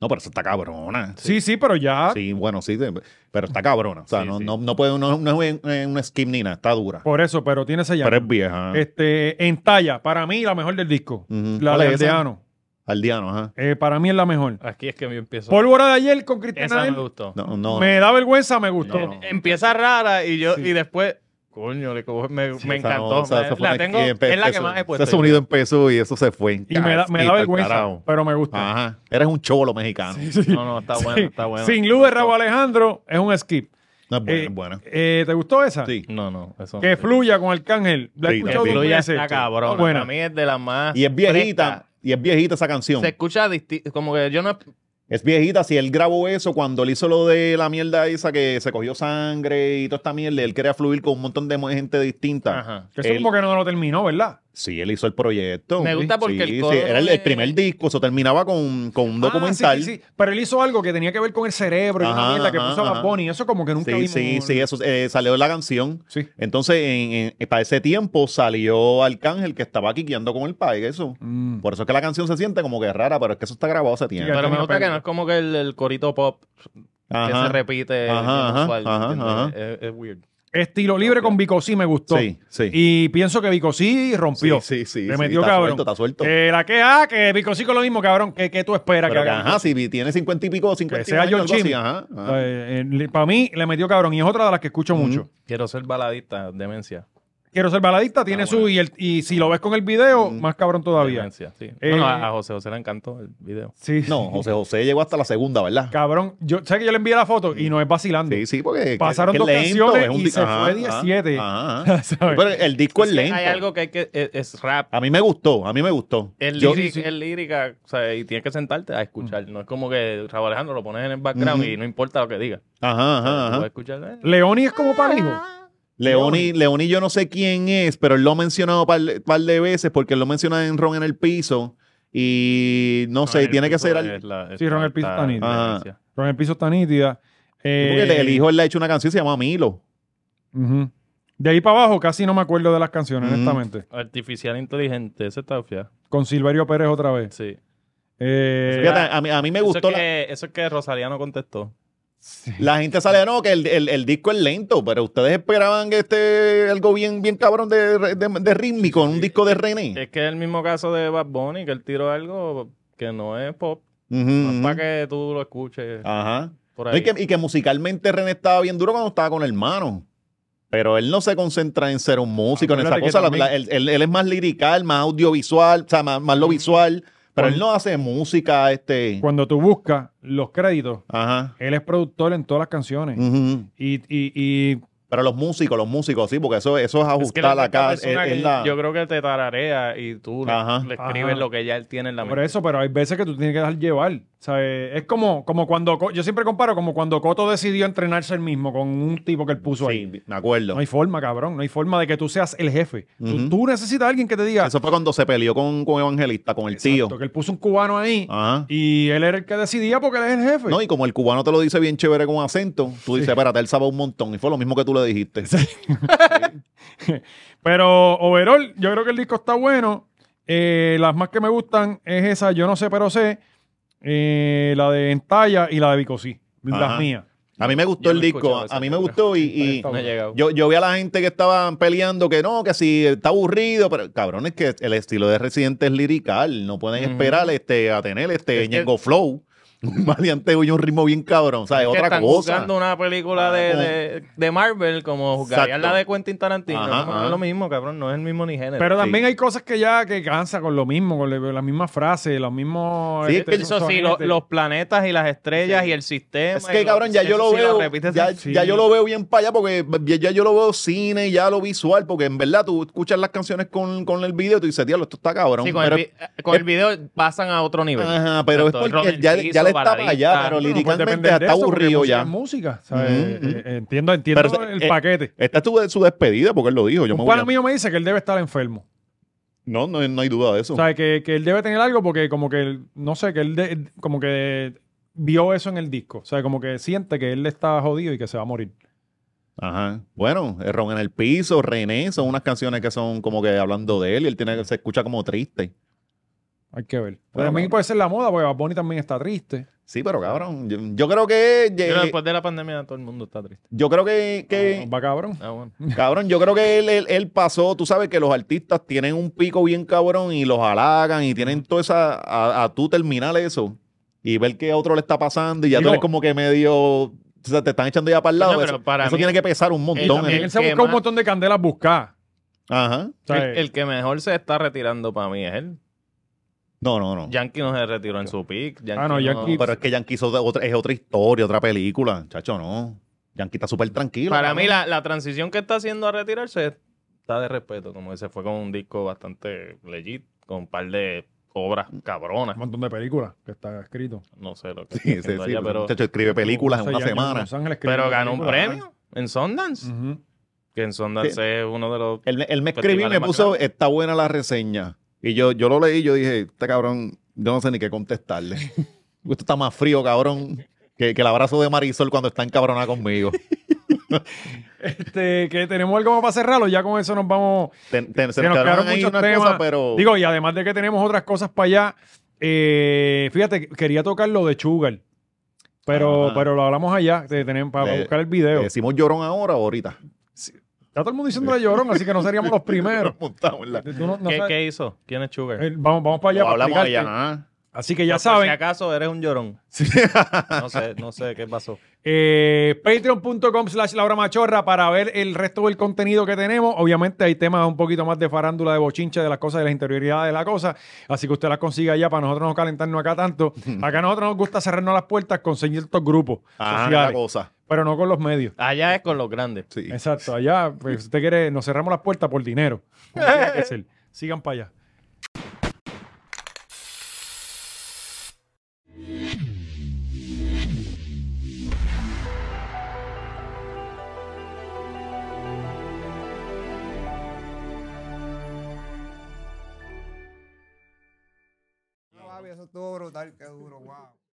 No, pero eso está cabrona.
Sí, ¿ah? sí, pero ya.
Sí, bueno, sí, de- pero está cabrona. O sea,
Sí,
no,
sí.
no, no puede, no, no es una- una skip ni nada, está dura.
Por eso, pero tiene seis
Pero
años.
es vieja. ¿eh?
Este, en talla, para mí, la mejor del disco.
Ujú.
La
Mm, ¿Cuál
de
es esa? Ah,
Aldeano.
Aldeano, ajá.
Eh, para mí es la mejor.
Aquí es que yo empiezo.
Pólvora de ayer con
Esa
Cristina.
me
Aguilera,
gustó.
No, no.
Me da vergüenza, me gustó.
No, no.
Empieza rara y yo
Sí.
y después, coño, le cojo- me,
Sí,
me
esa
encantó.
no, o sea,
me-
esa fue
la
una
tengo,
que empe-
es la que
eso-
más he
Ese
puesto.
sonido empezó y eso se fue. en
Y me da, me
casquito
da
al
vergüenza,
carajo.
pero me gusta. *laughs*
Ajá. Eres un cholo mexicano.
No, no,
*laughs*
está bueno, está bueno.
Sin luz de Rabo Alejandro es un skip.
No es buena,
Eh,
es buena.
eh, ¿Te gustó esa?
Sí.
No, no, eso.
Que fluya con Arcángel. La he
Sí,
escuchado
también.
dos
Fluya
veces.
está cabrón.
Buena.
Para mí es de las más.
Y es viejita.
fresca.
Y es viejita esa canción.
Se escucha disti- como que yo no.
Es viejita. Si él grabó eso cuando él hizo lo de la mierda esa que se cogió sangre y toda esta mierda, él quería fluir con un montón de gente distinta.
Ajá.
Que eso
Él-
como que no lo terminó, ¿verdad?
Sí, él hizo el proyecto.
Me gusta porque
Sí,
el coro
sí, Era el, el
de-
primer disco, eso terminaba con, con un documental.
Ah, sí, sí, sí. Pero él hizo algo que tenía que ver con el cerebro y una
Ajá,
mierda que
ajá,
puso a Bad
ajá.
Bunny. Eso como que nunca
Sí,
vimos.
sí, sí, eso eh, salió la canción.
Sí.
Entonces, en- en- para ese tiempo salió Arcángel que estaba quiqueando con el país, eso.
Mm.
Por eso es que la canción se siente como que rara, pero es que eso está grabado hace tiempo.
Fíjate.
Pero me
una
gusta que
película.
no es como que el, el corito pop que se
Ajá.
repite.
Ajá,
bien
ajá,
usual,
ajá,
¿entiendes?
ajá.
Es, es weird.
Estilo libre con Bicosí me gustó.
Sí, sí.
Y pienso que Bicosí
sí,
rompió.
sí, sí.
Le
sí,
metió
está
cabrón.
Suelto, está suelto.
Eh, la que ah, que Bicosí con lo mismo, cabrón. ¿Qué, qué tú esperas
pero
que
que,
haga?
ajá, si tiene cincuenta y pico, cincuenta y
sea
años,
George
algo
Jimmy.
así, ajá. ajá.
para mí Eh, le metió cabrón y es otra de las que escucho mucho.
Quiero ser baladista, demencia.
Quiero ser baladista, tiene su y, el- y si lo ves con el video, más cabrón todavía.
Demencia, sí.
Eh,
No, no, a a José José le encantó el video.
Sí.
No, José José llegó hasta la segunda, ¿verdad?
Cabrón, yo sé que yo le envié la foto y no es vacilando. *laughs*
Sí, sí, porque.
Pasaron dos canciones y
di-
se fue 17.
Ajá,
*laughs*
ajá.
¿Sabes?
Pero el disco es lento.
Hay algo que hay que. Es, es rap.
A mí me gustó, a mí me gustó.
Es,
Yo- Mm.
líric- es lírica, o sea, y tienes que sentarte a escuchar. No es como que Raúl Alejandro lo pones en el background
Ujú.
y no importa lo que diga.
Ajá, ajá,
Tú vas a
ajá.
escuchar. eh,
Leoni es como para hijo.
Leoni, Leoni yo no sé quién es, pero él lo ha mencionado un par, de- par de veces porque él lo menciona en Ron en el piso y no, sé, tiene que ser... al-
Sí, Ron el Piso está nítido. Pero en el piso está nítida.
Porque
Eh,
el- el hijo él le ha hecho una canción, se llama Milo.
ujú. De ahí para abajo casi no me acuerdo de las canciones,
Ujú.
honestamente.
Artificial inteligente, ese está fiado.
Con Silverio Pérez otra vez.
Sí.
Eh,
Fíjate, a, mí, a mí me
Eso es,
gustó. la-
que, eso es que Rosalía no contestó.
La, gente sale, no, que el, el- el disco es lento, pero ustedes esperaban que este, algo bien, bien cabrón de, de, de rítmico, un disco de René.
Es que es el mismo caso de Bad Bunny, que él tiró algo que no es pop.
Ujú,
No es
ujú.
para que tú lo escuches
Ajá.
por
No,
ahí.
y, que, y que musicalmente René estaba bien duro cuando estaba con el hermano. Pero él no se concentra en ser un músico, en esa
Acuérdate que
cosa. La-
también-
la- él, él- él es más lirical, más audiovisual, o sea, más, más lo visual. Pero él no hace música, este.
cuando tú buscas los créditos,
Ajá.
él es productor en todas las canciones.
Ujú.
Y, y, y
Pero los músicos, los músicos, sí, porque eso, eso es
Es que
ajustar
él es
la
esta
casa.
persona
es-
que
es la-
Yo creo que te tararea y tú le,
Ajá.
le escribes
Ajá.
lo que ya él tiene en la
por
mente.
eso, pero hay veces que tú tienes que dejar llevar. ¿sabes? Es como, como cuando, Co- yo siempre comparo como cuando Coto decidió entrenarse él mismo con un tipo que él puso ahí.
Sí, me acuerdo.
No hay forma, cabrón. No hay forma de que tú seas el jefe. Tú-
Ujú.
tú, necesitas a alguien que te diga.
*laughs* Eso fue cuando se peleó con, con Evangelista, con el
Exacto,
tío.
que él puso un cubano ahí
Ajá.
y él era el que decidía porque él es el
pues
jefe.
No, y como el cubano te lo dice bien chévere con acento, tú dices, espérate, él sabe un montón. Y fue lo mismo que tú le dijiste.
Pero overall, yo creo que el disco está bueno. Eh, las más que me gustan es esa, yo no sé, pero sé. eh, la de Entalla y la de Vicosí.
Ajá.
Las mías.
A mí me gustó
Yo no
el
he
disco.
escuchado Pues esa
A mí me
teoría.
gustó
*laughs*
y- y,
No he llegado.
Yo, yo vi a la gente que estaban peleando que no, que si está aburrido, pero cabrón, es que el estilo de Residente es lirical. No pueden
Ujú.
esperar este, a tener este
Es que-
Ñengo Flow. *laughs* Un maleante y un ritmo bien cabrón. O sea, es
que
otra
están
cosa. Ah,
juzgando una película de,
como-
de, de Marvel como juzgarían
Exacto.
la de Quentin Tarantino.
Ajá,
no,
ajá.
no es lo mismo, cabrón. No es el mismo ni género.
Pero
Sí.
también hay cosas que ya que cansa con lo mismo, con le- las mismas frases, los mismos.
Sí,
este,
es que
eso sí, lo-
sonetes.
los planetas y las estrellas y el sistema.
Es
y
que
lo-
cabrón, ya
eso
yo lo
sí
veo,
repites
ya,
sí.
ya yo lo veo bien para allá porque ya, ya yo lo veo cine y ya lo visual, porque en verdad tú escuchas las canciones con, con el video y tú dices, diablo, esto está cabrón.
Sí, con,
pero
el, vi- con el video pasan a otro nivel.
Ajá, pero
Exacto,
es porque
Robert
ya,
Piso,
ya le está para allá,
Baladista.
pero
Bueno, pues
liricalmente
depende de
está
eso, porque
aburrido
música
ya.
es Música, ¿sabes?
Ujú, ujú.
Eh, eh, Entiendo, entiendo
Pero,
el
eh,
paquete.
Esta es tu- su despedida porque él lo dijo. Yo me
Un
voy
pana
a...
mío me dice que él debe estar enfermo.
No, no, no hay duda de eso.
O sea, que, que él debe tener algo porque como que, él- no sé, que él de- como que vio eso en el disco. O sea, como que siente que él está jodido y que se va a morir.
Ajá. Bueno, el Ron en el piso, René, son unas canciones que son como que hablando de él y él tiene, se escucha como triste.
Hay que ver. Pero también puede ser la moda, porque Bad Bunny también está triste.
Sí, pero cabrón, yo, yo creo que... eh,
Pero después de la pandemia todo el mundo está triste.
Yo creo que... que-
Va cabrón.
Ah, bueno.
Cabrón, yo creo que él, él- él pasó, tú sabes que los artistas tienen un pico bien cabrón y los halagan y tienen toda esa, a, a tú terminar eso y ver que a otro le está pasando y ya
Digo-
tú eres como que medio, o sea, te están echando ya para el lado.
Coño,
eso
pero para
eso
mí-
tiene que pesar un montón.
también-
¿eh?
Él se
que
busca un
más-
montón de candelas buscadas.
Ajá.
O sea,
El, el que mejor se está retirando para mí es él.
No, no, no.
Yankee no se retiró en su pick. Yankee
Ah, no, Yankee-
Pero es que Yankee hizo otra, es otra historia, otra película. Chacho, no. Yankee está súper tranquilo.
Para
cabrón.
mí la, la transición que está haciendo a retirarse está de respeto. Como que se fue con un disco bastante legit, con un par de obras cabronas.
Un montón de películas que está escrito.
No sé lo que está
Sí, sí, pues, sí,
haciendo allá, pero,
Chacho, escribe películas en
Entonces, Yankee
una
en
semana.
Los Ángeles escribió
pero
una
ganó un
película.
premio en Sundance.
Ujú.
Que en Sundance
Sí.
es uno de los...
Él, me- él me escribió y
Festivales
me
más
puso,
grandes.
está buena la reseña. Y yo, yo lo leí y yo dije, este cabrón, yo no sé ni
*laughs*
qué contestarle. Esto está más frío, cabrón, que, que el abrazo de Marisol cuando está
*laughs*
encabronada conmigo.
Este, que tenemos algo más para cerrarlo. Ya con eso nos vamos.
Ten- ten- se
Se nos quedaron
ahí
muchos
unas
temas.
cosas, pero...
Digo, y además de que tenemos otras cosas para allá, eh, fíjate, quería tocar lo de Sugar. Pero,
Ajá.
pero lo hablamos allá, te- tenemos- para
Eh,
buscar el video.
¿Decimos llorón ahora o ahorita?
Está todo el mundo diciendo la llorón, así que no seríamos
*laughs*
los primeros.
Montamos en la-
Tú no- no
¿Qué,
sabes-
qué hizo? ¿Quién es Sugar?
Eh, Vamos, vamos para allá.
Lo
para
hablamos
explicarte.
allá. ajá.
Así que ya
Por Si
saben,
acaso eres un llorón. No sé, no sé qué pasó.
Eh, Patreon.com slash Laura Machorra para ver el resto del contenido que tenemos. Obviamente hay temas un poquito más de farándula, de bochincha, de las cosas, de las interioridades de la cosa. Así que usted las consiga allá para nosotros no calentarnos acá tanto. Acá a nosotros nos gusta cerrarnos las puertas con ciertos grupos
Ajá, Ah, la
sociales,
cosa.
pero no con los medios.
Allá es con los grandes.
Sí.
Exacto, allá, pues, si usted quiere, nos cerramos las puertas por dinero. Como tiene que ser. Sigan para allá.
Eso estuvo brutal, qué duro, wow.